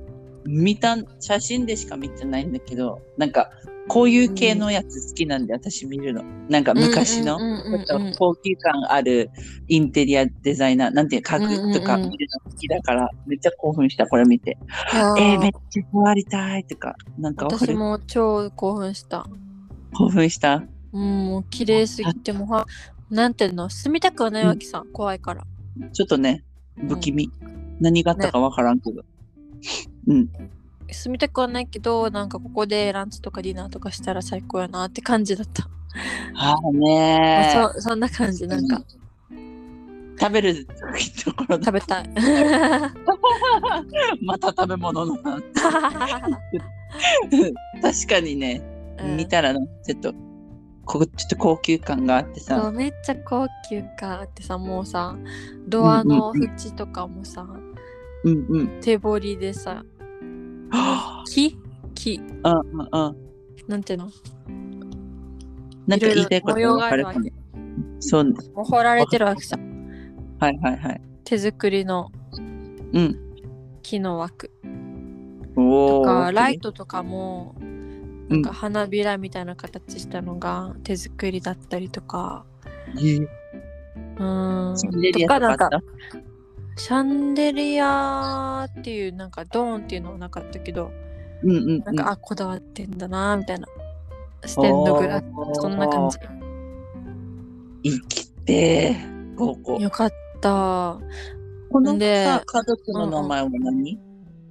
B: 見た、写真でしか見てないんだけど、なんか、こういう系のやつ好きなんで、私見るの。なんか昔の
A: う、んうんうん
B: ち
A: う
B: ょ
A: んう
B: っ
A: ん
B: と高級感あるインテリアデザイナー、なんていうか
A: うん
B: 家
A: うんうん
B: 具とか見るの好きだから、めっちゃ興奮した、これ見て。えー、めっちゃ触りたいとか、なんかわか
A: 私
B: る
A: も超興奮した。
B: 興奮した。
A: うんもう綺麗すぎてもうはなんていうの住みたくはないわけさ、怖いから。
B: ちょっとね、不気味。何があったかわからんけど。うん。
A: 住みたくはないけどなんかここでランチとかディナーとかしたら最高やなって感じだった。
B: ああねー
A: まあそそんな感じなんか
B: 食べるところだ
A: 食べた い。
B: また食べ物の話確かにね、
A: うん
B: 見たらなんかちょっとこちょっと高級感があって
A: そ
B: さ
A: うめっちゃ高級かってさもうさドアの縁とかもさ、
B: うん うん
A: 手彫りでさ
B: あ
A: 木木
B: ああ
A: なんていうの
B: なんか
A: いろいろ
B: 言いたいことが分かる
A: 模様が
B: か
A: あ
B: も
A: る
B: そう
A: もう彫られてるわけさ
B: はいはいはい
A: 手作りの
B: うん
A: 木の枠
B: お
A: と
B: お
A: かライトとかもなんか花びらみたいな形したのが手作りだったりとかうー
B: シャン
A: ん
B: デリ
A: と
B: ア
A: か
B: とか
A: な
B: あっ
A: んか
B: た
A: シャンデリアっていうなんかドーンっていうのはなかったけど
B: うんうんうん
A: なんか、あこだわってんだなみたいなステンドグラス
B: おー
A: そんな感じ
B: 生きてーこうこう
A: よかった
B: この
A: で
B: さ家族の名前は何、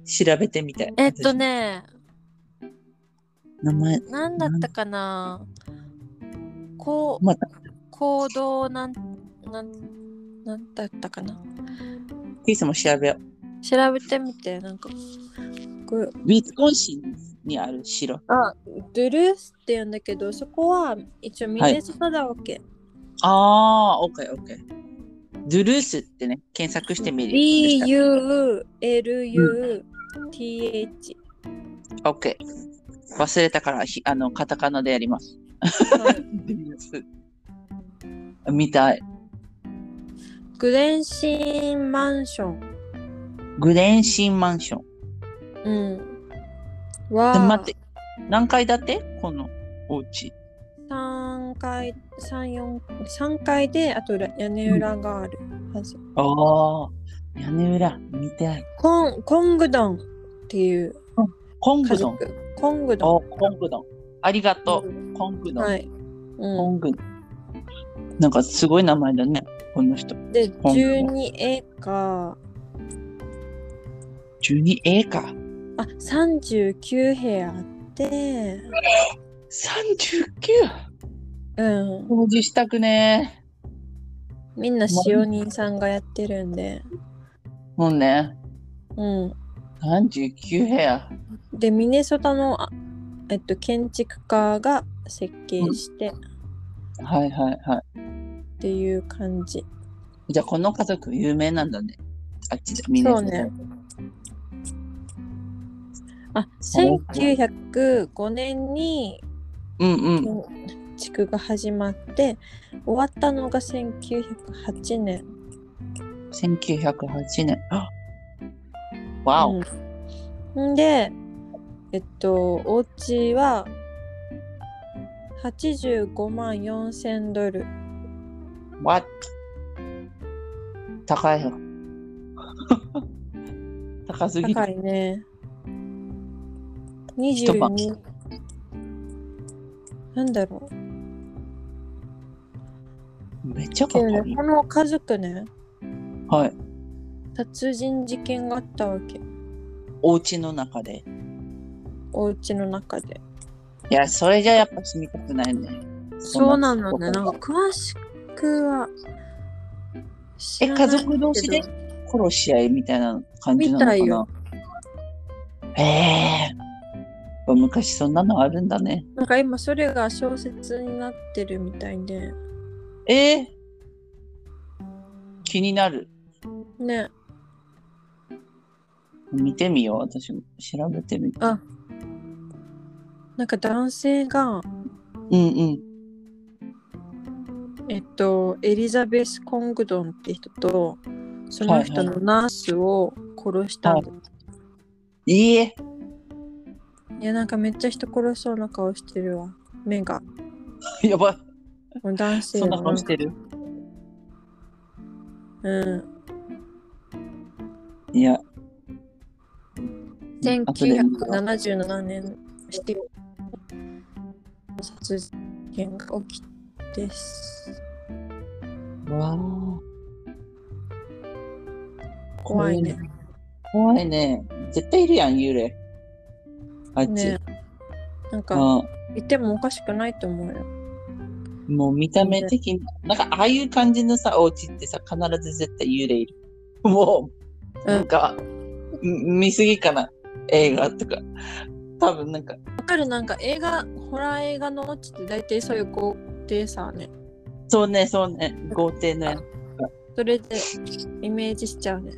B: 調べてみたい
A: えっとね
B: 名前
A: 何だったかなこう
B: また
A: 行動なんなんなんだったかな
B: クイズも調べよう
A: 調べてみてなんかこれ
B: ウィスコンシンにある城。
A: あドゥルースって言うんだけどそこは一応ミネソタだわけ、
B: ああ、オッケーオッケー。ドゥルースってね、検索してみる。
A: BULUTH、
B: オッケー。忘れたから、ひあの、カタカナでやります。
A: はい
B: ドゥルース。見たい。
A: グレンシーンマンション、
B: グレンシーンマンション。
A: うん、
B: でも
A: は
B: 待って、何階建てこのお家。
A: 3階三四三階であと裏屋根裏があるはず、
B: ああ、屋根裏、見たい。
A: コンコングドンっていう
B: コン
A: 家
B: グドン。
A: 族コングド
B: お
A: ン
B: コングドン。ありがとう。コングドン。
A: はい、う
B: コ
A: ん、
B: ング。なんかすごい名前だね。この人。
A: で、
B: 本当
A: 12A か、
B: 12A か。
A: あ、39部屋あって、
B: 39!
A: うん、
B: 掃除したくね
A: みんな使用人さんがやってるんで、
B: もうね、
A: うん。
B: 39部屋。
A: で、ミネソタの、あえっと、建築家が設計してっ
B: はいはいは
A: ていう感じ。
B: い。じゃあこの家族有名なんだね。あっちで、みんな。
A: そうね。あ、1905年に
B: うんうん。
A: 建築が始まって、終わったのが1908年。
B: 1908年。あわお。
A: うん、んで、えっと、お家は85万4000ドル。
B: What? 高いわ。 高すぎ
A: 高
B: る。
A: いね。
B: 一晩
A: 22。なんだろう。
B: めっちゃ
A: け
B: 高
A: ど
B: い。
A: ね、この家族ね、
B: はい。
A: 殺人事件があったわけ。
B: お家の中で。
A: お家の中で。
B: いや、それじゃやっぱ死にたくないね。
A: そうな
B: の
A: のね。なんか詳しくは知
B: え、
A: らない
B: 家
A: けど。
B: 族同士で殺し合いみたいな感じな
A: みたい
B: の
A: よ
B: かなええー。やっぱ昔そんなのあるんだね。
A: なんか今それが小説になってるみたいで。
B: ええ気になる。
A: ね。
B: 見てみよう。私も調べてみる。
A: なんか男性が、
B: うんうん。
A: えっと、エリザベス・コングドンって人と、その人のナースを殺したんだ。い
B: いいえ。
A: や、なんかめっちゃ人殺しそうな顔してるわ。目 が。
B: やばい。
A: この男性
B: そんな顔
A: の
B: してる。
A: うん。
B: いや。後で見よう
A: 1977年、して殺人事件が起きです。
B: わあ。
A: 怖いね。
B: 怖いね。絶対いるやん、幽霊。あっち。
A: ね。なんか、
B: あ
A: いてもおかしくないと思うよ。
B: もう見た目的に、なんかああいう感じのさ、お家ってさ、必ず絶対幽霊いる。もう、なんか、み見すぎかな、映画とか。多分なんか、
A: わかるなんか映画ホラー映画のオチって大体そういう豪邸さね
B: そうね、そうね、豪邸のやつ。
A: それでイメージしちゃうね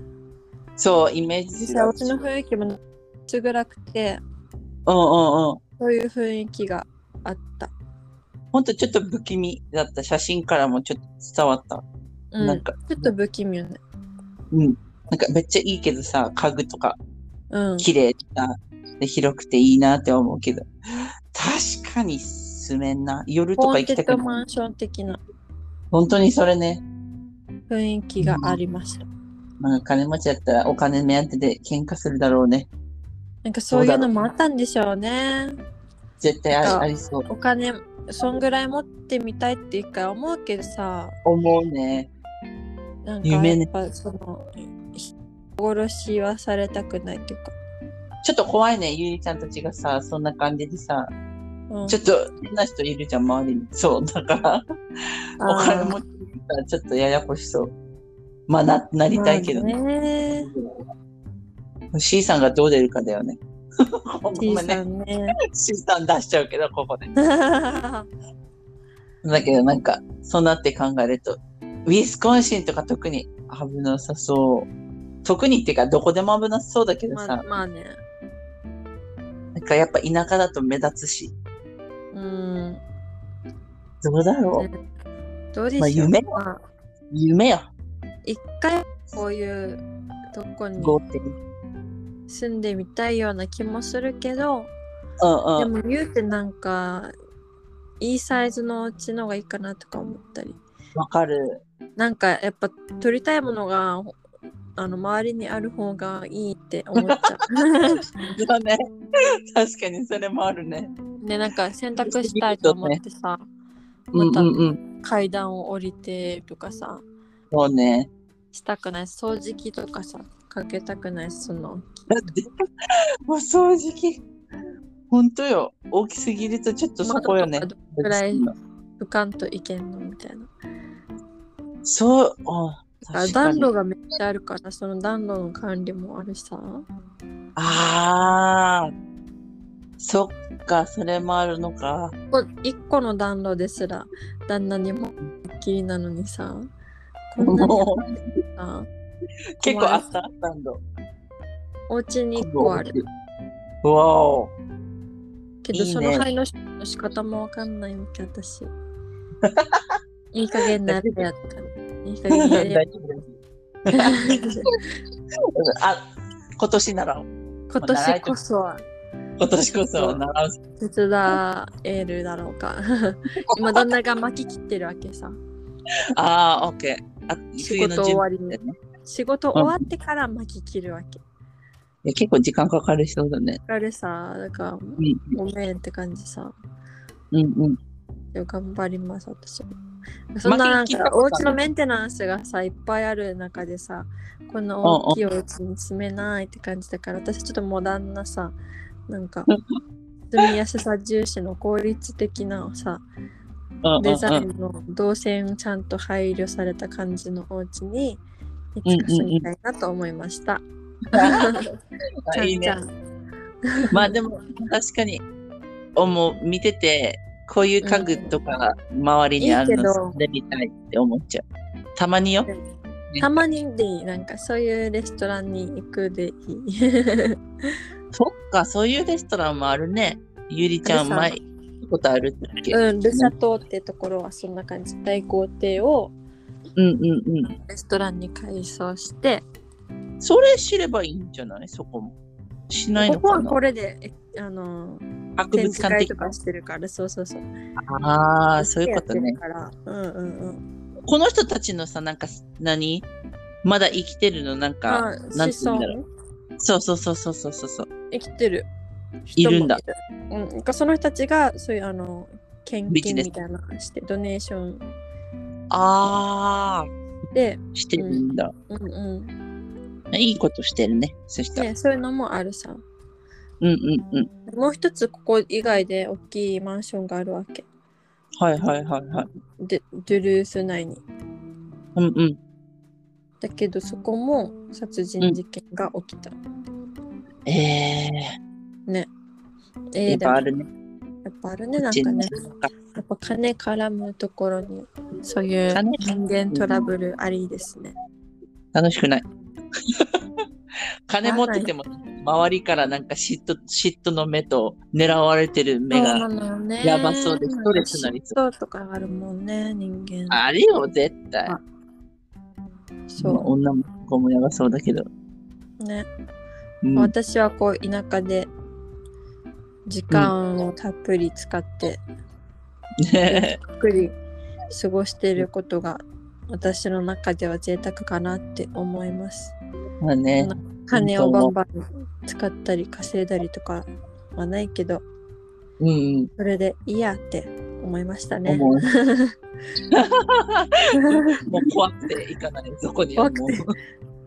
B: そう、イメージ
A: 実
B: す
A: 際
B: る
A: お。家の雰囲気もつぐらくて
B: うんうんうん。
A: そういう雰囲気があった
B: ほんとちょっと不気味だった。写真からもちょっと伝わった。
A: うん
B: なんか、
A: ちょっと不気味よね
B: うん。なんかめっちゃいいけどさ、家具とか
A: うん
B: 綺麗だで広くていいなって思うけど、確かに住めんな。夜と
A: ホ
B: か
A: ーン
B: 行
A: テ
B: きた
A: ッド
B: くない
A: マ。ンション的な
B: 本当にそれね。
A: 雰囲気がありました、
B: まあ、金持ちだったらお金目当てで喧嘩するだろうね。
A: なんかそういうのもあったんでしょうね
B: 絶対
A: なん
B: あ
A: か
B: ありそう。
A: お金そんぐらい持ってみたいって一回思うけどさ
B: 思うね。
A: なんか
B: 夢
A: や
B: ね
A: っぱそのひ殺しはされたくないっていうか、
B: ちょっと怖いね。ゆりちゃんたちがさ、そんな感じでさ、
A: うん
B: ちょっと変な人いるじゃん、周りに。そう、だから、
A: あー
B: お金持ちだからちょっとややこしそう。まあ、な、なりたいけどね。
A: まあね
B: C さんがどう出るかだ よね。ごめ
A: T
B: んね
A: さ。んね。
B: C さん出しちゃうけど、ここで。
A: う
B: だけどなんか、そうなって考えると、ウィスコンシンとか特に危なさそう。特にっていうか、どこでも危なさ そうだけ
A: ん
B: ど
A: ま
B: さ、
A: あ、まあね。
B: なんかやっぱ田舎だと目立つし、
A: うん。
B: どうだろう。
A: どうで
B: まあ
A: しょう
B: 夢
A: まあ
B: 夢よ、
A: 一回こういうとこに
B: 豪邸。
A: 住んでみたいような気もするけど、
B: うん
A: で
B: うん。
A: も言うてなんか、いいサイズのうちの方がいいかなとか思ったり。
B: わかる。
A: なんかやっぱ取りたいものが、あの周りにある方がいいって思っちゃ
B: だね。確かにそれもあるね。
A: う。で、なんか選択したいと思ってさ、
B: う
A: ま
B: んう
A: た
B: んうん。
A: 階段を降りてとかさ、
B: そうね。
A: したくないし掃除機とかさかけたくないしその
B: だって、もう掃除機。本当よ。大きすぎるとちょっとそこよね
A: 窓。とかどれくらい浮かんといけんのみたいな
B: そう。
A: あ
B: あ確か
A: 暖
B: に
A: 炉がめっちゃあるからその暖炉の管理もあるしさ
B: ああ。そっか、それもあるの か。
A: こ1個の暖炉ですら旦那にもきりなのにさこんなに
B: もう
A: さ
B: 結構あったあったんだ。
A: お家に1個ある。
B: うわお。
A: けど
B: いいね
A: その灰の仕方もわかんないわけ 私いい加減なやつやったいい加減
B: 大
A: にやれ
B: 丈夫です。 あ、今年なら、
A: 今年こそは
B: 今年こそは習う。
A: 手伝えるだろう か今旦那が巻き切ってるわけさ
B: ああ、オッケー。あ
A: 仕
B: 冬
A: 事
B: の準
A: 終
B: 備
A: わり
B: だ
A: に
B: ね
A: 仕事終わってから巻き切るわけ
B: いや結構時間かかりそうだね。
A: あれさだから
B: うん
A: ごめんって感じさ
B: うんうん。
A: でも頑張ります私はそんななん
B: 巻き切っ
A: か
B: たこと
A: お
B: ある
A: 家のメンテナンスがさいっぱいある中でさこんな大きいお家に住めないって感じだから私ちょっとモダンなさなんか
B: うん
A: 住みやすさ重視の効率的なさ
B: うんうん
A: デザイ
B: うん
A: ンの動線ちゃんと配慮された感じのお家にいつか住みたいなと思いました。ち
B: あ
A: ゃん
B: いい
A: ち
B: ね
A: ゃ。ん
B: まあでも確かに思う見ててこういう家具とか周りにある
A: いいけど
B: の住んでみたいって思っちゃう。たまによ。
A: たまにでいいなんかそういうレストランに行くでいい。
B: そっかそういうレストランもあるね。ゆりちゃん
A: あ
B: 前
A: る
B: 行ったことあるっけ？うん
A: うん、ルサ島ってところはそんな感じ。大豪邸を
B: うんうん。
A: レストランに改装して、
B: それ知ればいいんじゃない？そこも。しない
A: こ
B: の
A: こ
B: か
A: は
B: な
A: これで、えあの、
B: 博
A: 展
B: 物
A: 示
B: 館
A: 会
B: 的
A: とかしてるから、そうそうそう。
B: ああー、そういうこと
A: やって
B: ね
A: る。からうんうんうん。
B: この人たちのさ、なんか、何まだ生きてるの、なんか、
A: あ、
B: なん
A: 子
B: て言うんだろ
A: 孫
B: そうそうそうそうそうそうそう。
A: 生きてる。
B: いるんだ
A: 人もいる。うん、なんかその人たちが、そういうあの、献
B: ビジ
A: 金
B: ネス
A: みたいなのして、ドネーション
B: ああ、
A: で、
B: してるんだ、
A: うんうん。
B: いいことしてるね。そしたら。
A: ね、そういうのもあるさ。
B: うんうんうん。
A: もう一つ、ここ以外で大きいマンションがあるわけ。
B: はいはいはいはい。
A: で、ドゥルース内に。
B: うんうん。
A: だけどそこも殺人事件が起きた。
B: ええ
A: ね。
B: ー、
A: えー
B: やっ
A: でも
B: ぱ
A: や
B: あ
A: っ
B: るね。
A: ぱあるね、なんかね。やっぱ金絡むところに、そういう人間トラブルありですね。
B: 楽し くない。金持ってても、周りからなんか嫉妬、嫉妬の目と狙われてる目
A: そうな
B: が、
A: のよね。
B: やばそうでストレスになり
A: そう。とかあるもんね、人間。
B: あれよ、絶対。
A: あそ
B: 女も子もやばそうだけど。
A: う。ね。
B: うん
A: 私はこう、田舎で、時間をたっぷり使って、
B: ね
A: ゆっくり過ごしていることが、私の中では贅沢かなって思います。
B: まあね。
A: 金をバンバン使ったり稼いだりとかはないけど
B: うんうん。
A: それでいいやって思いましたね。
B: 思う。もう怖くて行かない、そこにはもう。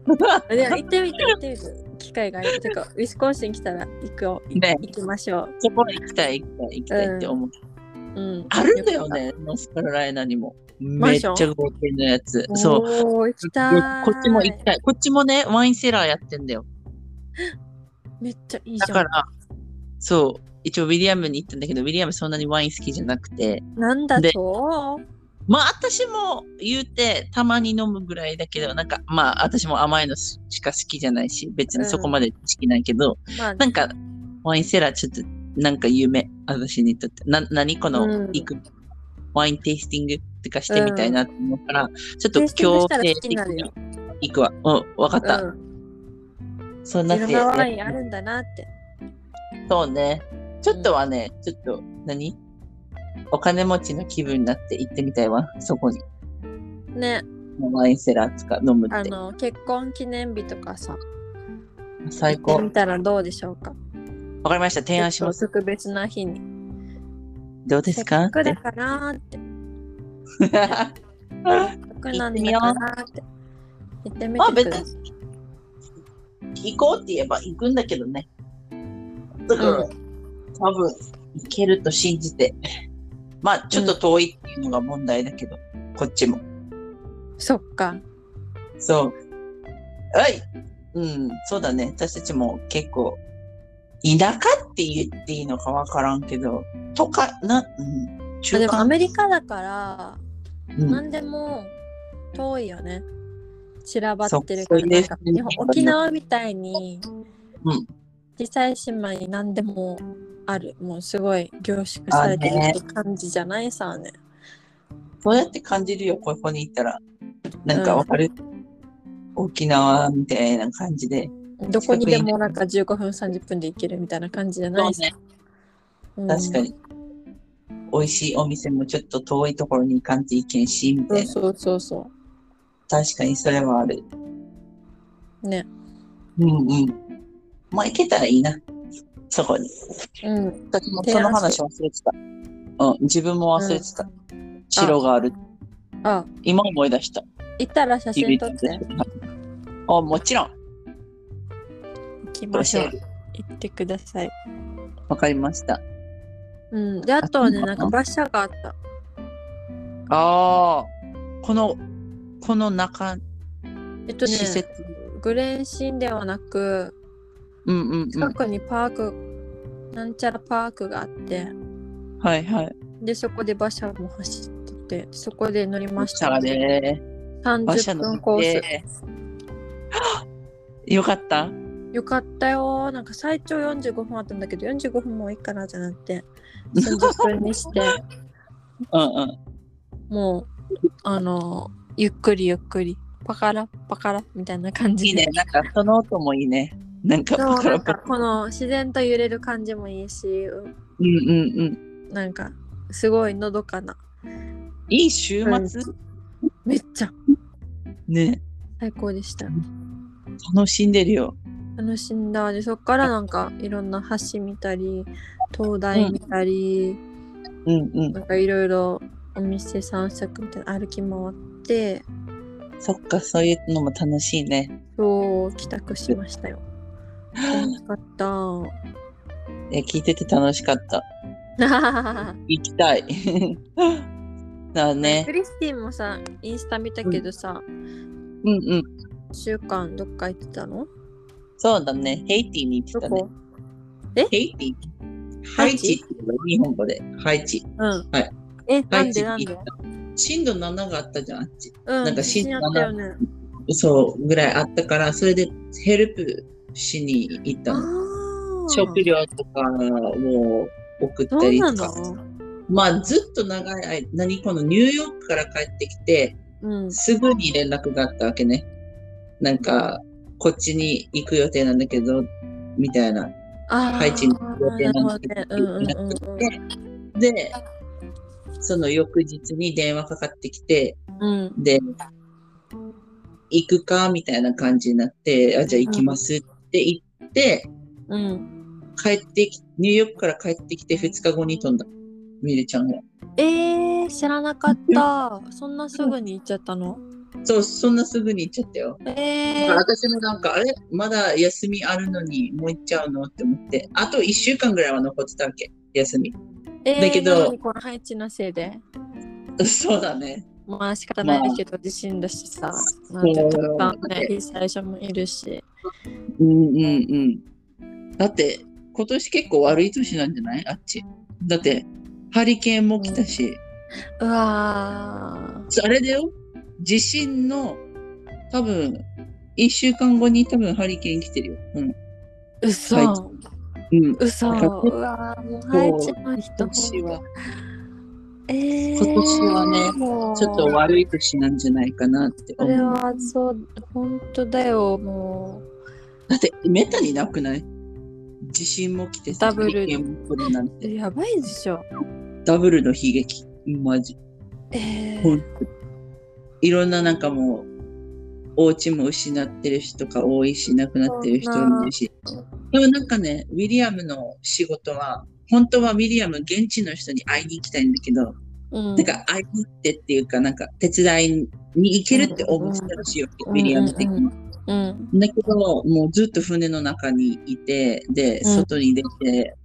A: でも行ってみて行ってみて機会があるてかウィスコンシン来たら行くよ
B: ね、
A: 行きましょう。
B: そこ行きたい、行きたい、行きたいって思う。
A: うん、
B: あるんだよね、ノースカロライナにも。
A: マ
B: め
A: ン
B: っち
A: ショ
B: ゃ
A: ン
B: 豪邸のやつ。そう。
A: そう。おー行きたーい。
B: こっちも行きたい。こっちもね、ワインセラーやってんだよ。
A: めっちゃいいじ
B: だか
A: ゃ
B: ら、そう。一応、ウィリアムに行ったんだけど、ウィリアムそんなにワイン好きじゃなくて。
A: ん。なんだ
B: で
A: と
B: まあ、私も言うて、たまに飲むぐらいだけど、なんか、まあ、私も甘いのしか好きじゃないし、別にそこまで好きないけど、
A: まあ、
B: なんか、ワインセラーちょっと、なんか夢、私にとって。な、何この、
A: うん
B: 行く、ワインテイスティングってかしてみたいなと思うから、ちょっと
A: テイスティングし
B: 強
A: たら
B: 制
A: 好き
B: 的
A: になるよ
B: に行くわ。うん、わかった。
A: うん、
B: そう
A: い
B: なっ
A: ろん
B: て
A: なワインあるんだなって。
B: そうね。ちょっとはね、ちょっと、何お金持ちの気分になって行ってみたいわ。そこに。
A: ね、
B: ワインセラーとか飲む
A: あ
B: って。
A: の結婚記念日とかさ、
B: 最
A: 行って
B: 高
A: み。たらどうでしょうか。
B: わかりました。提案します。
A: ちょっと特別な日に。
B: どうですか
A: せっ
B: っ
A: かく
B: て
A: だ。からって。くなんだからって。行ってみてください。
B: 行こうって言えば行くんだけどね。だから、
A: う
B: 多分行けると信じて。 まあ、ちょっと遠いっていうのが問題だけど、こっちも。
A: そっか。
B: そう。はい。うん、そうだね。私たちも結構、田舎って言っていいのかわからんけど、とか、な、うん、
A: あ
B: 中
A: でもア
B: 間、
A: メリカだから、
B: うん、
A: 何でも遠いよね。散らばってる
B: そ
A: から、
B: うそうで
A: なん
B: す
A: か日本沖縄みたいに、
B: うん
A: 小さい島に何でもある。もうすごい凝縮されてるって感じじゃないさね。
B: そうやって感じるよ、ここに行ったら。なんかわかる、沖縄みたいな感じで。
A: どこにでもなんか15分30分で行けるみたいな感じじゃないさ。うん
B: 確か。に。美味しいお店もちょっと遠いところに行かんといけんし、みたいな。
A: そうそうそ
B: 確かにそれはある。
A: う。ね。
B: うんうん。まあ行けたらいいな。そこに。
A: うん。
B: 私もその話忘れてた。うん、自分も忘れてた。城がある。
A: あ、
B: 今思い出した。
A: 行ったら写真撮って
B: あ、もちろん。
A: 行き
B: 教
A: ましょう
B: え。る。
A: 行ってください。
B: わかりました。
A: うん。で、あとはね、なんか馬車があった。
B: ああ。この、この中、
A: えっとね、
B: 施設。
A: グレンシンではなく
B: うんうんう
A: 近くにパーク、なんちゃらパークがあって
B: ん。はいはい。
A: でそこで馬車も走っててそこで乗りまし
B: した
A: た
B: らね。馬車
A: 30
B: 乗
A: 分
B: っ
A: コー
B: て。よかった
A: スよかったよなんか最長45分あったんだけど45分もいいかなってなって30分にして
B: うんうん。
A: もうあのゆっくりゆっくりパカラパカラみたいな感
B: いい
A: じで
B: ね。なんか、その音もいいね。なんか、
A: そう
B: パカ
A: な
B: ラ
A: んか
B: パカ
A: こ
B: ラ。
A: の自然と揺れる感じもいいしう
B: うんうんうん。
A: なんかすごいのどかない
B: い週末
A: めっちゃ
B: ね。
A: 最高でした
B: 楽しんでるよ。
A: 楽しんだでそっからなんかいろんな橋見たり灯台見たり、
B: うんうん。
A: なんかいろいろお店散策みたいな歩き回って
B: そっか、そういうのも楽しいね。
A: そう帰宅しましたよ。楽しか っ
B: え聞いてて楽しかった。
A: た。
B: 行きたい。 だね
A: ク。リスティンもさインスタ見たけどさ、
B: うんうん。
A: 1週間どっか行ってたの
B: そうだね。ヘイティに行
A: ど
B: ってたね
A: こ。
B: ヘイティハ
A: ハ
B: イ
A: イ
B: チ
A: チ
B: って言うの日本語で。ハイチ。
A: うん。
B: はい
A: え
B: ハ
A: な
B: イ
A: ん
B: チ
A: で
B: 行
A: なんで
B: った。震度7があったじゃん、あっち。
A: うん
B: なん
A: 地
B: か
A: 震あったよね。
B: そう、ぐらいあったから、それでヘルプしに行った
A: あ
B: の。
A: ー
B: 食料とかを送っ
A: ど
B: た
A: う
B: り
A: な
B: とか。
A: の
B: まあ、ずっと長い間、何このニューヨークから帰ってきて、
A: うん。
B: すぐに連絡があったわけね。なんか、こっちに行く予定なんだけど、みたいな。
A: あー
B: ハイチに行く予定なんだけ
A: なる
B: ど、
A: ほどねうんうんうんうん
B: で、その翌日に電話かかってきて、
A: うん。
B: で、行くかみたいな感じになって、あ、じゃあ行きますって言って、
A: うん。
B: 帰ってき、ニューヨークから帰ってきて2日後に飛んだ。ミレちゃんが。
A: えー、知らなかった。そんなすぐに行っちゃったの。
B: そう、そんなすぐに行っちゃったよ。
A: えー、
B: 私もなんか、あれまだ休みあるのに、もう行っちゃうのって思って、あと1週間ぐらいは残ってたわけ、休み。
A: えー、
B: だけど
A: なのにこの配置のせいで。
B: そうだね。
A: まあ仕方ないけど地震だしさ、
B: う
A: なんてたくさん
B: だって
A: ね、最初もいるし。
B: うんうんうん。だって、今年結構悪い年なんじゃないあっち。だって、ハリケーンも来たし、
A: うわ
B: そあれだよ、地震の、多分、1週間後に多分ハリケーン来てるよ。うん。
A: ー、うそ、
B: ハイうん。
A: うそ、
B: だから
A: うわー、もう配置の人
B: 今年は、
A: えー、
B: 今年はね
A: もう
B: ちょっと悪い年なんじゃないかなって
A: そ
B: 思
A: れ
B: う。
A: はそう、本当だよ、もう。
B: だって、めったになくない地震も来て
A: ダブル
B: ハリケーンも来るなんて。
A: やばいでしょ。
B: ダブルの悲劇。マジ。
A: え
B: ほ
A: ー
B: んといろんななんかもう、お家も失ってる人が多いし、亡くなってる人もいるし。でもなんかね、ウィリアムの仕事は、本当はウィリアム現地の人に会いに行きたいんだけど、
A: うん
B: なんか相手ってっていうか、なんか手伝いに行けるって応募したらしいよ、ウィリアム的に。
A: うん
B: だけど、もうずっと船の中にいて、で、
A: うん
B: 外に出て、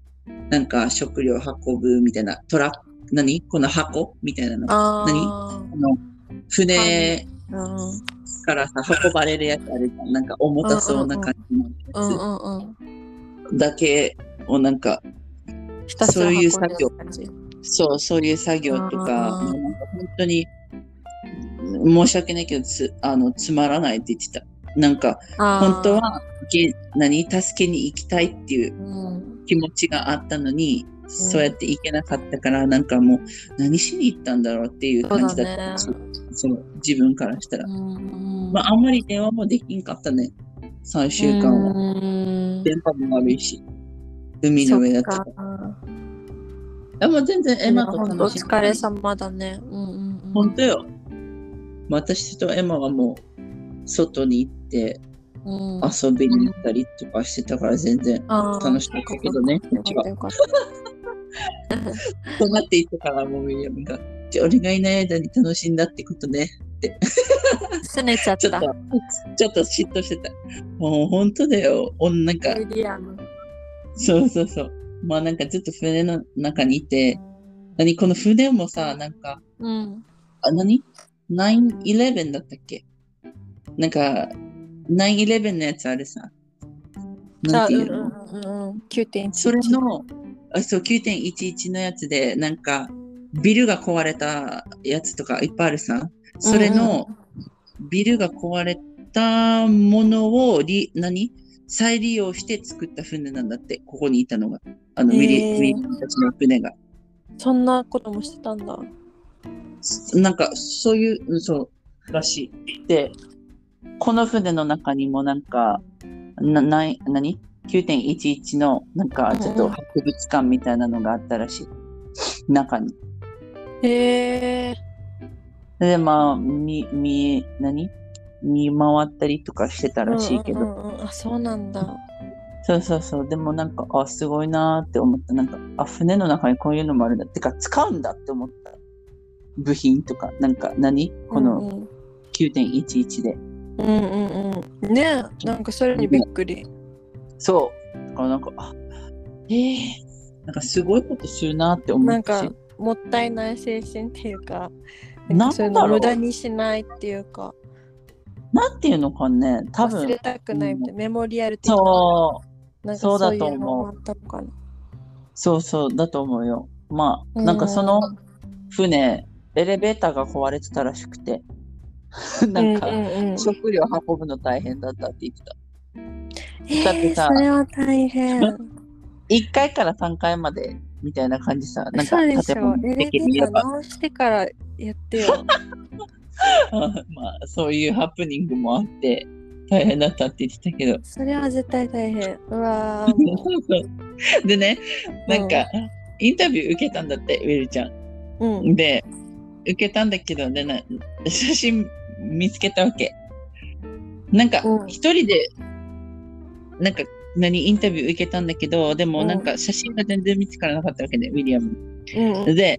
B: なんか食料運ぶみたいな、トラック、何この箱みたいなの。あ
A: あ
B: の船
A: 何うん
B: からさ、運ばれるやつあるじゃん。なんか重たそうな感じの
A: う
B: や
A: んうんうん
B: つだけをなんか、
A: ひたすら
B: そういう
A: 運んでる感じ
B: そう、そういう作業とか、
A: あー
B: もうなんか本当に、申し訳ないけど、つ、あの、つまらないって言ってた。なんか、
A: あー
B: 本当は、げ何、助けに行きたいっていう
A: うん
B: 気持ちがあったのに、そうやって行けなかったから、なんかもう、何しに行ったんだろうっていう感じだったし
A: そう
B: その自分からしたら。
A: うん
B: まあ、あんまり電話もできんかったね、3週間は。
A: うん
B: 電波も悪いし、海の上だった
A: そ
B: か。
A: っから
B: あもう全然エマと
A: いやほんとお疲れ様だねうんうんうん
B: 本当よ。私とエマはもう外に行って
A: うん
B: 遊びに行ったりとかしてたから 全然
A: あー
B: 楽しかったけどね。こっちは。
A: よかっ
B: 止まっていったからもうウィリアムが。じゃあ俺がいない間に楽しんだってことね。
A: た。すねちゃっ。
B: ちょったと、ちょっと嫉妬してた。もう本当だよ。女か。
A: ウィリアム。
B: そうそうそう。まあなんかずっと船の中にいて、何この船もさ、なんか、
A: うん。
B: あ、何 ?9-11 だったっけなんか、9-11のやつあるさ。
A: じゃあ、う
B: なんて
A: ん
B: いううの
A: んうんうん。9.1。
B: それの、あそう、9.11のやつで、なんか、ビルが壊れたやつとかいっぱいあるさ。それの、ビルが壊れたものをリ、何再利用して作った船なんだって、ここにいたのが。あの、ウィリ、
A: へー
B: ウィリアムたちの船が。
A: そんなこともしてたんだ。
B: なんか、そういう、うんそう、らしい。で、この船の中にもなんか、な、ない、何 ?9.11 の、なんか、ちょっ
A: う
B: と
A: んうん
B: 博物館みたいなのがあったらしい。中に。
A: へえ。
B: で、まあ、み、み、何見回ったりとかしてたらしいけど。
A: うんうんうん。あ、そうなんだ。
B: そうそうそう。でもなんか、あ、すごいなーって思った。なんか、あ、船の中にこういうのもあるんだ。てか、使うんだって思った。部品とか、なんか何、こ
A: う
B: の
A: ん
B: 9.11で。
A: うんうんうんうん。ねえ、なんかそれにびっくり。
B: そう。だからなんか、あえー、なんかすごいことするなって思
A: な
B: うん
A: か、もったいない精神っていうか、
B: なんだろう
A: かそういうの無駄にしないっていうか、
B: なんていうのかね、多
A: 忘れ
B: 分、
A: たくないみたいな、メモリアル的な。
B: そう、
A: なんか
B: そうだ
A: い
B: と思う
A: のもあったのかな
B: そうそうだと思うよ。まあ、なんかその船、エレベーターが壊れてたらしくて、 なんか、
A: ううんうん
B: 食料運ぶの大変だったって言ってた。
A: え
B: だってさ
A: ーそれは大変。
B: 1階から3階までみたいな感じさ、なんか
A: そうでし
B: 建
A: ょ
B: 物
A: う。エレ
B: 的
A: ベ
B: に
A: ー
B: 言
A: タ
B: え
A: ー
B: ば、
A: 直してからやって よ。
B: まあ、そういうハプニングもあって、大変だったって言ってたけど、
A: それは絶対大変。うわーも
B: でね、なんか、インタビュー受けたんだって、ウェルちゃ
A: う。うん。
B: ん。で、受けたんだけど、でな写真見つけたわけ。なんか
A: う、ん
B: 一人で、なんか、何、インタビュー受けたんだけど、で
A: う
B: も
A: ん
B: なんか写真が全然見つからなかったわけね、ウィリアム。
A: うんうん。
B: で、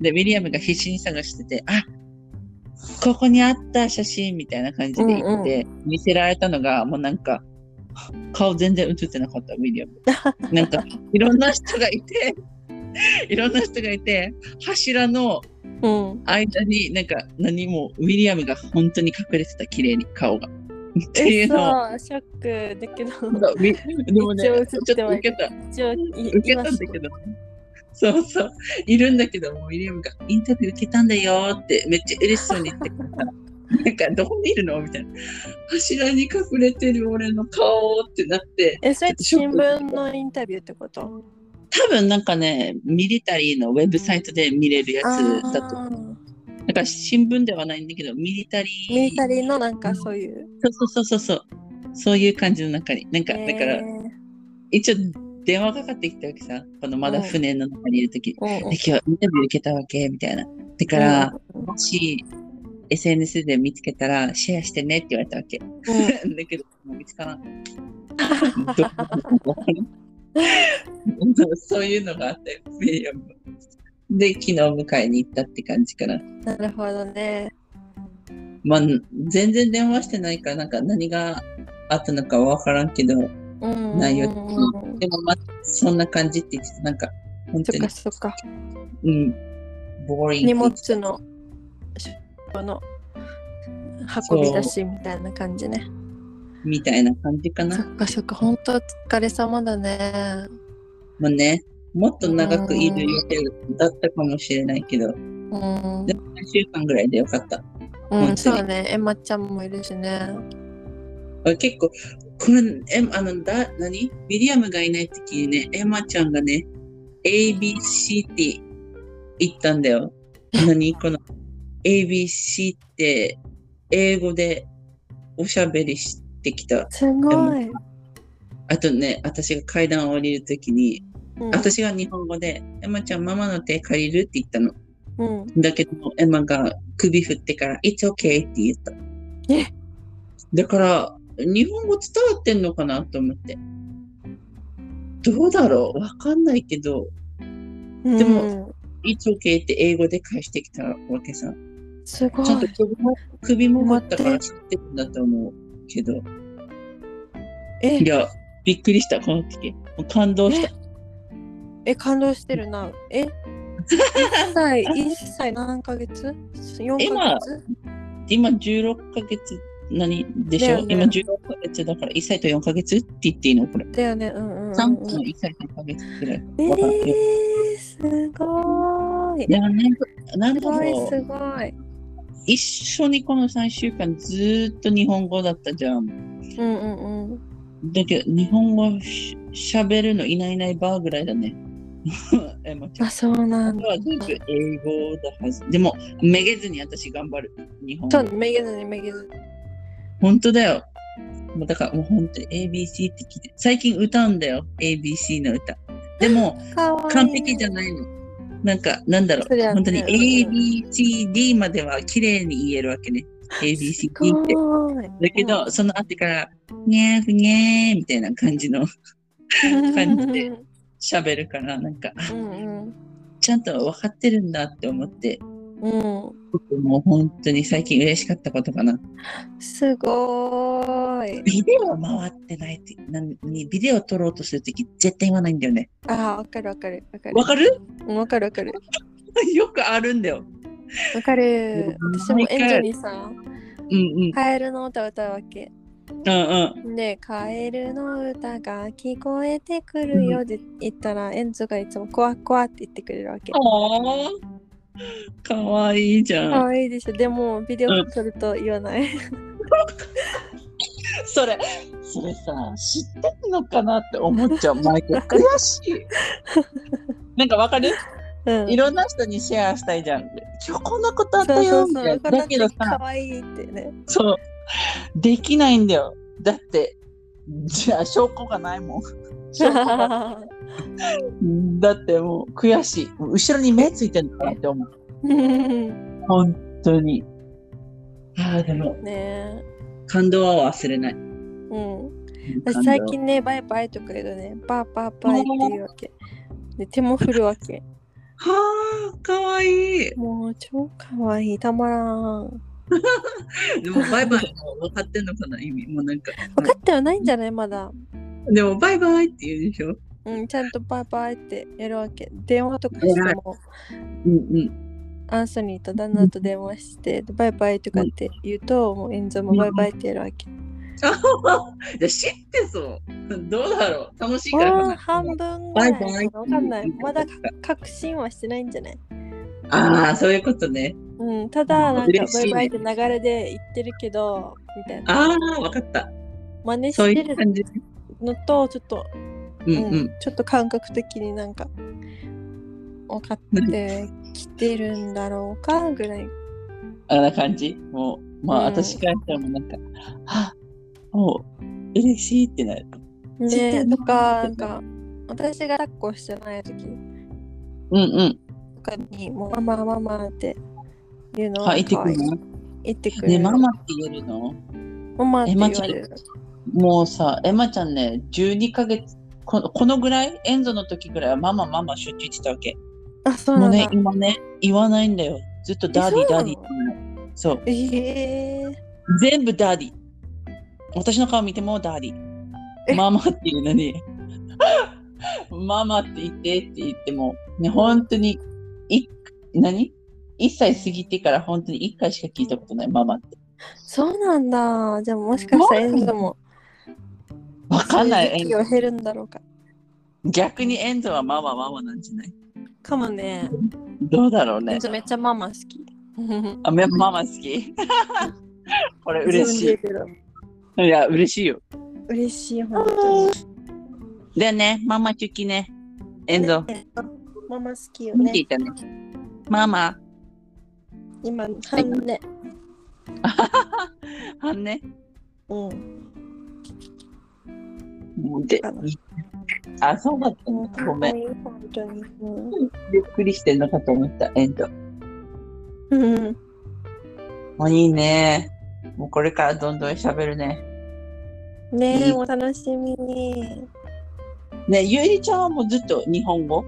B: で、ウィリアムが必死に探してて、あここにあった写真みたいな感じで言って、見せられたのが、もうなんか、顔全然映ってなかった、ウィ リアム。なんか、いろんな人がいて、 いろんな人がいて、柱の
A: うん。
B: 間に、なんか、何も、ウィリアムが本当に隠れてた、綺麗に、顔が。ってい
A: え、
B: うのを、
A: そう、ショックだけど、
B: そうウィでも
A: 一
B: ね、ち
A: 応
B: ょ
A: 映
B: っ
A: っ
B: と
A: ては
B: 受
A: い
B: けた、
A: 一応、
B: 受けたんだけど。そうそう、いるんだけど、もうウィリアムが、インタビュー受けたんだよって、めっちゃ嬉しそうに言ってくれ た。なんか、どこにいるのみたいな。柱に隠れてる俺の顔ってなって、
A: え、それって新聞のインタビューってこと
B: 多分なんかね、ミリタリーのウェブサイトで見れるやつだと。
A: あー
B: なんか新聞ではないんだけど、ミリタリー。
A: ミリタリーのなんかそういう。
B: そうそうそうそうそう。そういう感じの中に。なんか、だから、
A: えー
B: 一応電話かかってきたわけさ。このまだ船の中にいるとき。
A: うんうん
B: で、今日インタビュー受けたわけみたいな。だから、
A: うん
B: もし、SNS で見つけたらシェアしてねって言われたわけ。
A: うん
B: だけど、もう見つからん。 どうそういうのがあって、ウィリアム。で、昨日迎えに行ったって感じかな。
A: なるほどね。
B: まあ、全然電話してないから、なんか何があったのかわからんけど、
A: うん
B: 内容的に。でも、まあ、そんな感じって言ってた。なんか、本当
A: そっ
B: に
A: か、そっか。
B: うん、ボーリング。
A: 荷物の出張の運び出しみたいな感じね。
B: みたいな感じか
A: そ
B: な。
A: っかそっか、本当お疲れ様だね。
B: まあね、もっと長くいる予定だったかもしれないけど、
A: うん
B: で、3週間ぐらいでよかった。
A: う
B: 本当に
A: ん、そうね、エマちゃんもいるしね。
B: あ結構、これ、え、あの、だ、何ウィリアムがいない時にね、エマちゃんがね、ABC って言ったんだよ。何この ABC って英語でおしゃべりしてきた。
A: すごい。
B: あとね、私が階段を降りる時に、
A: うん、
B: 私が日本語で、エマちゃんママの手借りるって言ったの。
A: うん、
B: だけど、エマが首振ってから、It's okay って言った。
A: え
B: だから、日本語伝わってんのかなと思って。どうだろうわかんないけど、でも
A: うん、
B: It's okay って英語で返してきたわけさ。
A: すごい
B: ちゃんと首も首も持ったから知ってるんだと思うけど。
A: え
B: いや、びっくりした、この時。もう感動した。
A: え感動してるなえ1歳1歳 何ヶ月 ?4 ヶ月
B: 今16ヶ月、何でし
A: だ
B: ょ
A: よね
B: 今16ヶ月だから1歳と4ヶ月って言っていいのこれ。
A: だよねうんうん、うん、
B: 3の1歳3ヶ月くらい。
A: え
B: わかる
A: ー、すごい
B: いや、なんか、なん
A: す
B: か
A: ごい
B: もう、
A: すごい
B: 一緒にこの3週間ずーっと日本語だったじゃん。
A: うんうんうん
B: だけど、日本語ししゃべるのいないいないばーぐらいだね。 え、まあちょっ
A: あそうなんだ
B: とは全部英語だはず。でも、めげずに私頑張る。日本
A: そう
B: 語。
A: めげずにめげずに
B: 本当だよ。もうだから、もう本当に ABC って聞いて。最近歌うんだよ。ABC の歌。でも、
A: かわいい
B: 完璧じゃないの。なんか、なんだろ。
A: そうりゃね
B: 本当に
A: うん
B: ABCD までは綺麗に言えるわけね。
A: す
B: ABCD って。
A: ごい
B: だけど、その後から、にゃーふにゃーみたいな感じの感じで
A: うん
B: 喋るから、なんか、あ
A: うん
B: ちゃんと分かってるんだって思って、
A: うんう
B: もう本当に最近嬉しかったことかな。
A: んすごい
B: ビデオ回ってないって、なんにビデオ撮ろうとするとき絶対言わないんだよね。
A: あーわかるわかるわかる
B: わかる
A: うんわかるわかる
B: よくあるんだよ。
A: わかる
B: うん
A: 私もエンジェにさ
B: うんうん。
A: カエルの歌を歌うわけ。
B: うんうん。
A: で、カエルの歌が聞こえてくるよって言ったら、エンゾがいつもコワコワって言ってくれるわけ。か
B: ああ。かわいいじゃん。
A: わいいでしょ。でも、ビデオ撮ると言わない。
B: それ、それさ、知ってんのかなって思っちゃう。毎回 悔しい。なんかわかる
A: うん。
B: いろんな人にシェアしたいじゃん。今日こんなことあっ
A: そ
B: た
A: うそ
B: よ
A: う
B: み
A: そう。
B: たい
A: よ
B: な。
A: かった
B: だ
A: って
B: けど
A: か
B: さ、
A: わいいってね。
B: そう、できないんだよ。だって、じゃあ証拠がない もん。証 拠がだってもう悔しい。後ろに目ついてんのかなって思う。
A: ね
B: 本当に。ああ、でも、
A: え。
B: 感動は忘れない。
A: うん。私最近ね、バイバイとか言うとね、バーバーバイって言うわけ。で、手も振るわけ。
B: はあ、かわいい。
A: もう、超かわいい。たまらん。
B: でも、バイバイも分かってんのかな、意味。もうなんか。
A: 分かってはないんじゃないまだ。
B: でも、バイバイって言うでしょ。
A: うん、ちゃんとバイバイってやるわけ。電話とかしても、
B: うんうん。
A: アンソニーと旦那と電話して、バイバイとかって言うと、もうエンゾもバイバイってやるわけ。
B: じゃあ知ってそう。どうだろう。楽しい
A: も
B: からか
A: う
B: な。
A: 半分ぐ
B: バ
A: ら
B: イ
A: い
B: バイ。
A: わかんない。まだ
B: あ
A: 確信はしてないんじゃない
B: あー、そういうことね。
A: うん、ただ、なんか
B: 嬉し
A: バイ
B: いね
A: バイって流れで言ってるけど、みたいな。
B: ああ、わかった。
A: 真似
B: そう
A: し
B: い
A: て
B: う
A: る
B: 感じ。
A: のと、ちょっと、
B: うん
A: う
B: うん
A: ん。ちょっと感覚的になんか、分かってきてるんだろうか、ぐらい。
B: あんな感じ。もう、まあ、
A: うん
B: 私からしてもなんか、はあ、もう、嬉しいってなる。知って
A: ね
B: んの
A: とか、なんか、私が抱っこしてない時
B: うんうん。
A: とかに、もうママ、ママって言うの
B: あ、
A: は
B: 行ってくるの
A: 言ってくる。
B: ね、ママって言えるの
A: ママって
B: え
A: 言わ
B: マジ
A: れる。
B: もうさ、エマちゃんね、12ヶ月、このこのぐらい、エンゾの時ぐらいはママ、ママ、集中してたわけ。
A: あ、そうな
B: もうん
A: だ。
B: ね、今ね、言わないんだよ。ずっとダディ、
A: えそう
B: ダ
A: なの
B: ディ。そう。
A: えー、
B: 全部ダディ。私の顔見てもダディ。
A: え
B: ママっていうのに、 ママって言ってって言っても、ね、本当に、い、何 ?1 歳過ぎてから本当に1回しか聞いたことない、ママって。
A: そうなんだ。じゃあもしかしたらエンドも
B: わかん
A: そ
B: な
A: う
B: い。
A: う時期を減るんだろうか。
B: 逆にエンゾはママ、ママなんじゃない
A: かもね。
B: どうだろう
A: エ
B: ね
A: ン。ドめっちゃママ好き。
B: あ、めママ好き これ嬉し
A: 自分で言うけど
B: い。いや、嬉しいよ。
A: 嬉しい、本当に。
B: でね、ママチュキね。エンゾ、
A: ママ好きよ
B: 見て
A: ね。
B: いたね。ママ、
A: 今、半ね。
B: あんね。
A: うん。
B: で
A: あの、
B: あ、そうだったの。ごめん。
A: ん。本当に。
B: ゆっくりしてんのかと思った。えっと、
A: うん。うん。
B: もういいね。もうこれからどんどん喋るね。
A: ね
B: い
A: え、
B: い
A: お楽しみに。
B: ね、ゆいりちゃんはもうずっと日本語。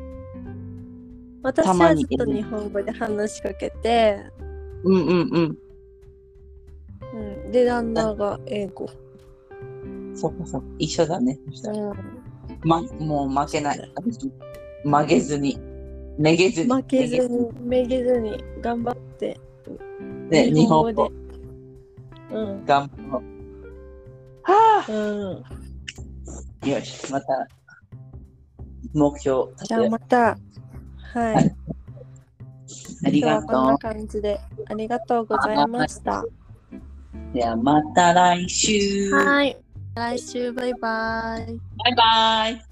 A: 私
B: たま
A: は
B: に
A: ずっと日本語で話しかけて、
B: うんうん
A: うん、で、旦那が英語。
B: うん。そうかそうか。一緒だね。そしたら
A: う
B: ま、もう負けない。私曲げずに。めげず
A: ん、
B: に。
A: 負けずに、めげずに、頑張って、
B: ね、日本語。
A: で。うん、
B: 頑張ろう。は
A: うん。
B: あ、よし、また、目標立
A: じ
B: て
A: ゃあ
B: よう
A: また。は
B: はい
A: い。
B: あ
A: 今
B: り
A: 日
B: が
A: はこんな
B: と
A: 感じで、ありがとうございました。
B: う。では、また来週。
A: はい。来週、バイバイ。
B: バイバイ。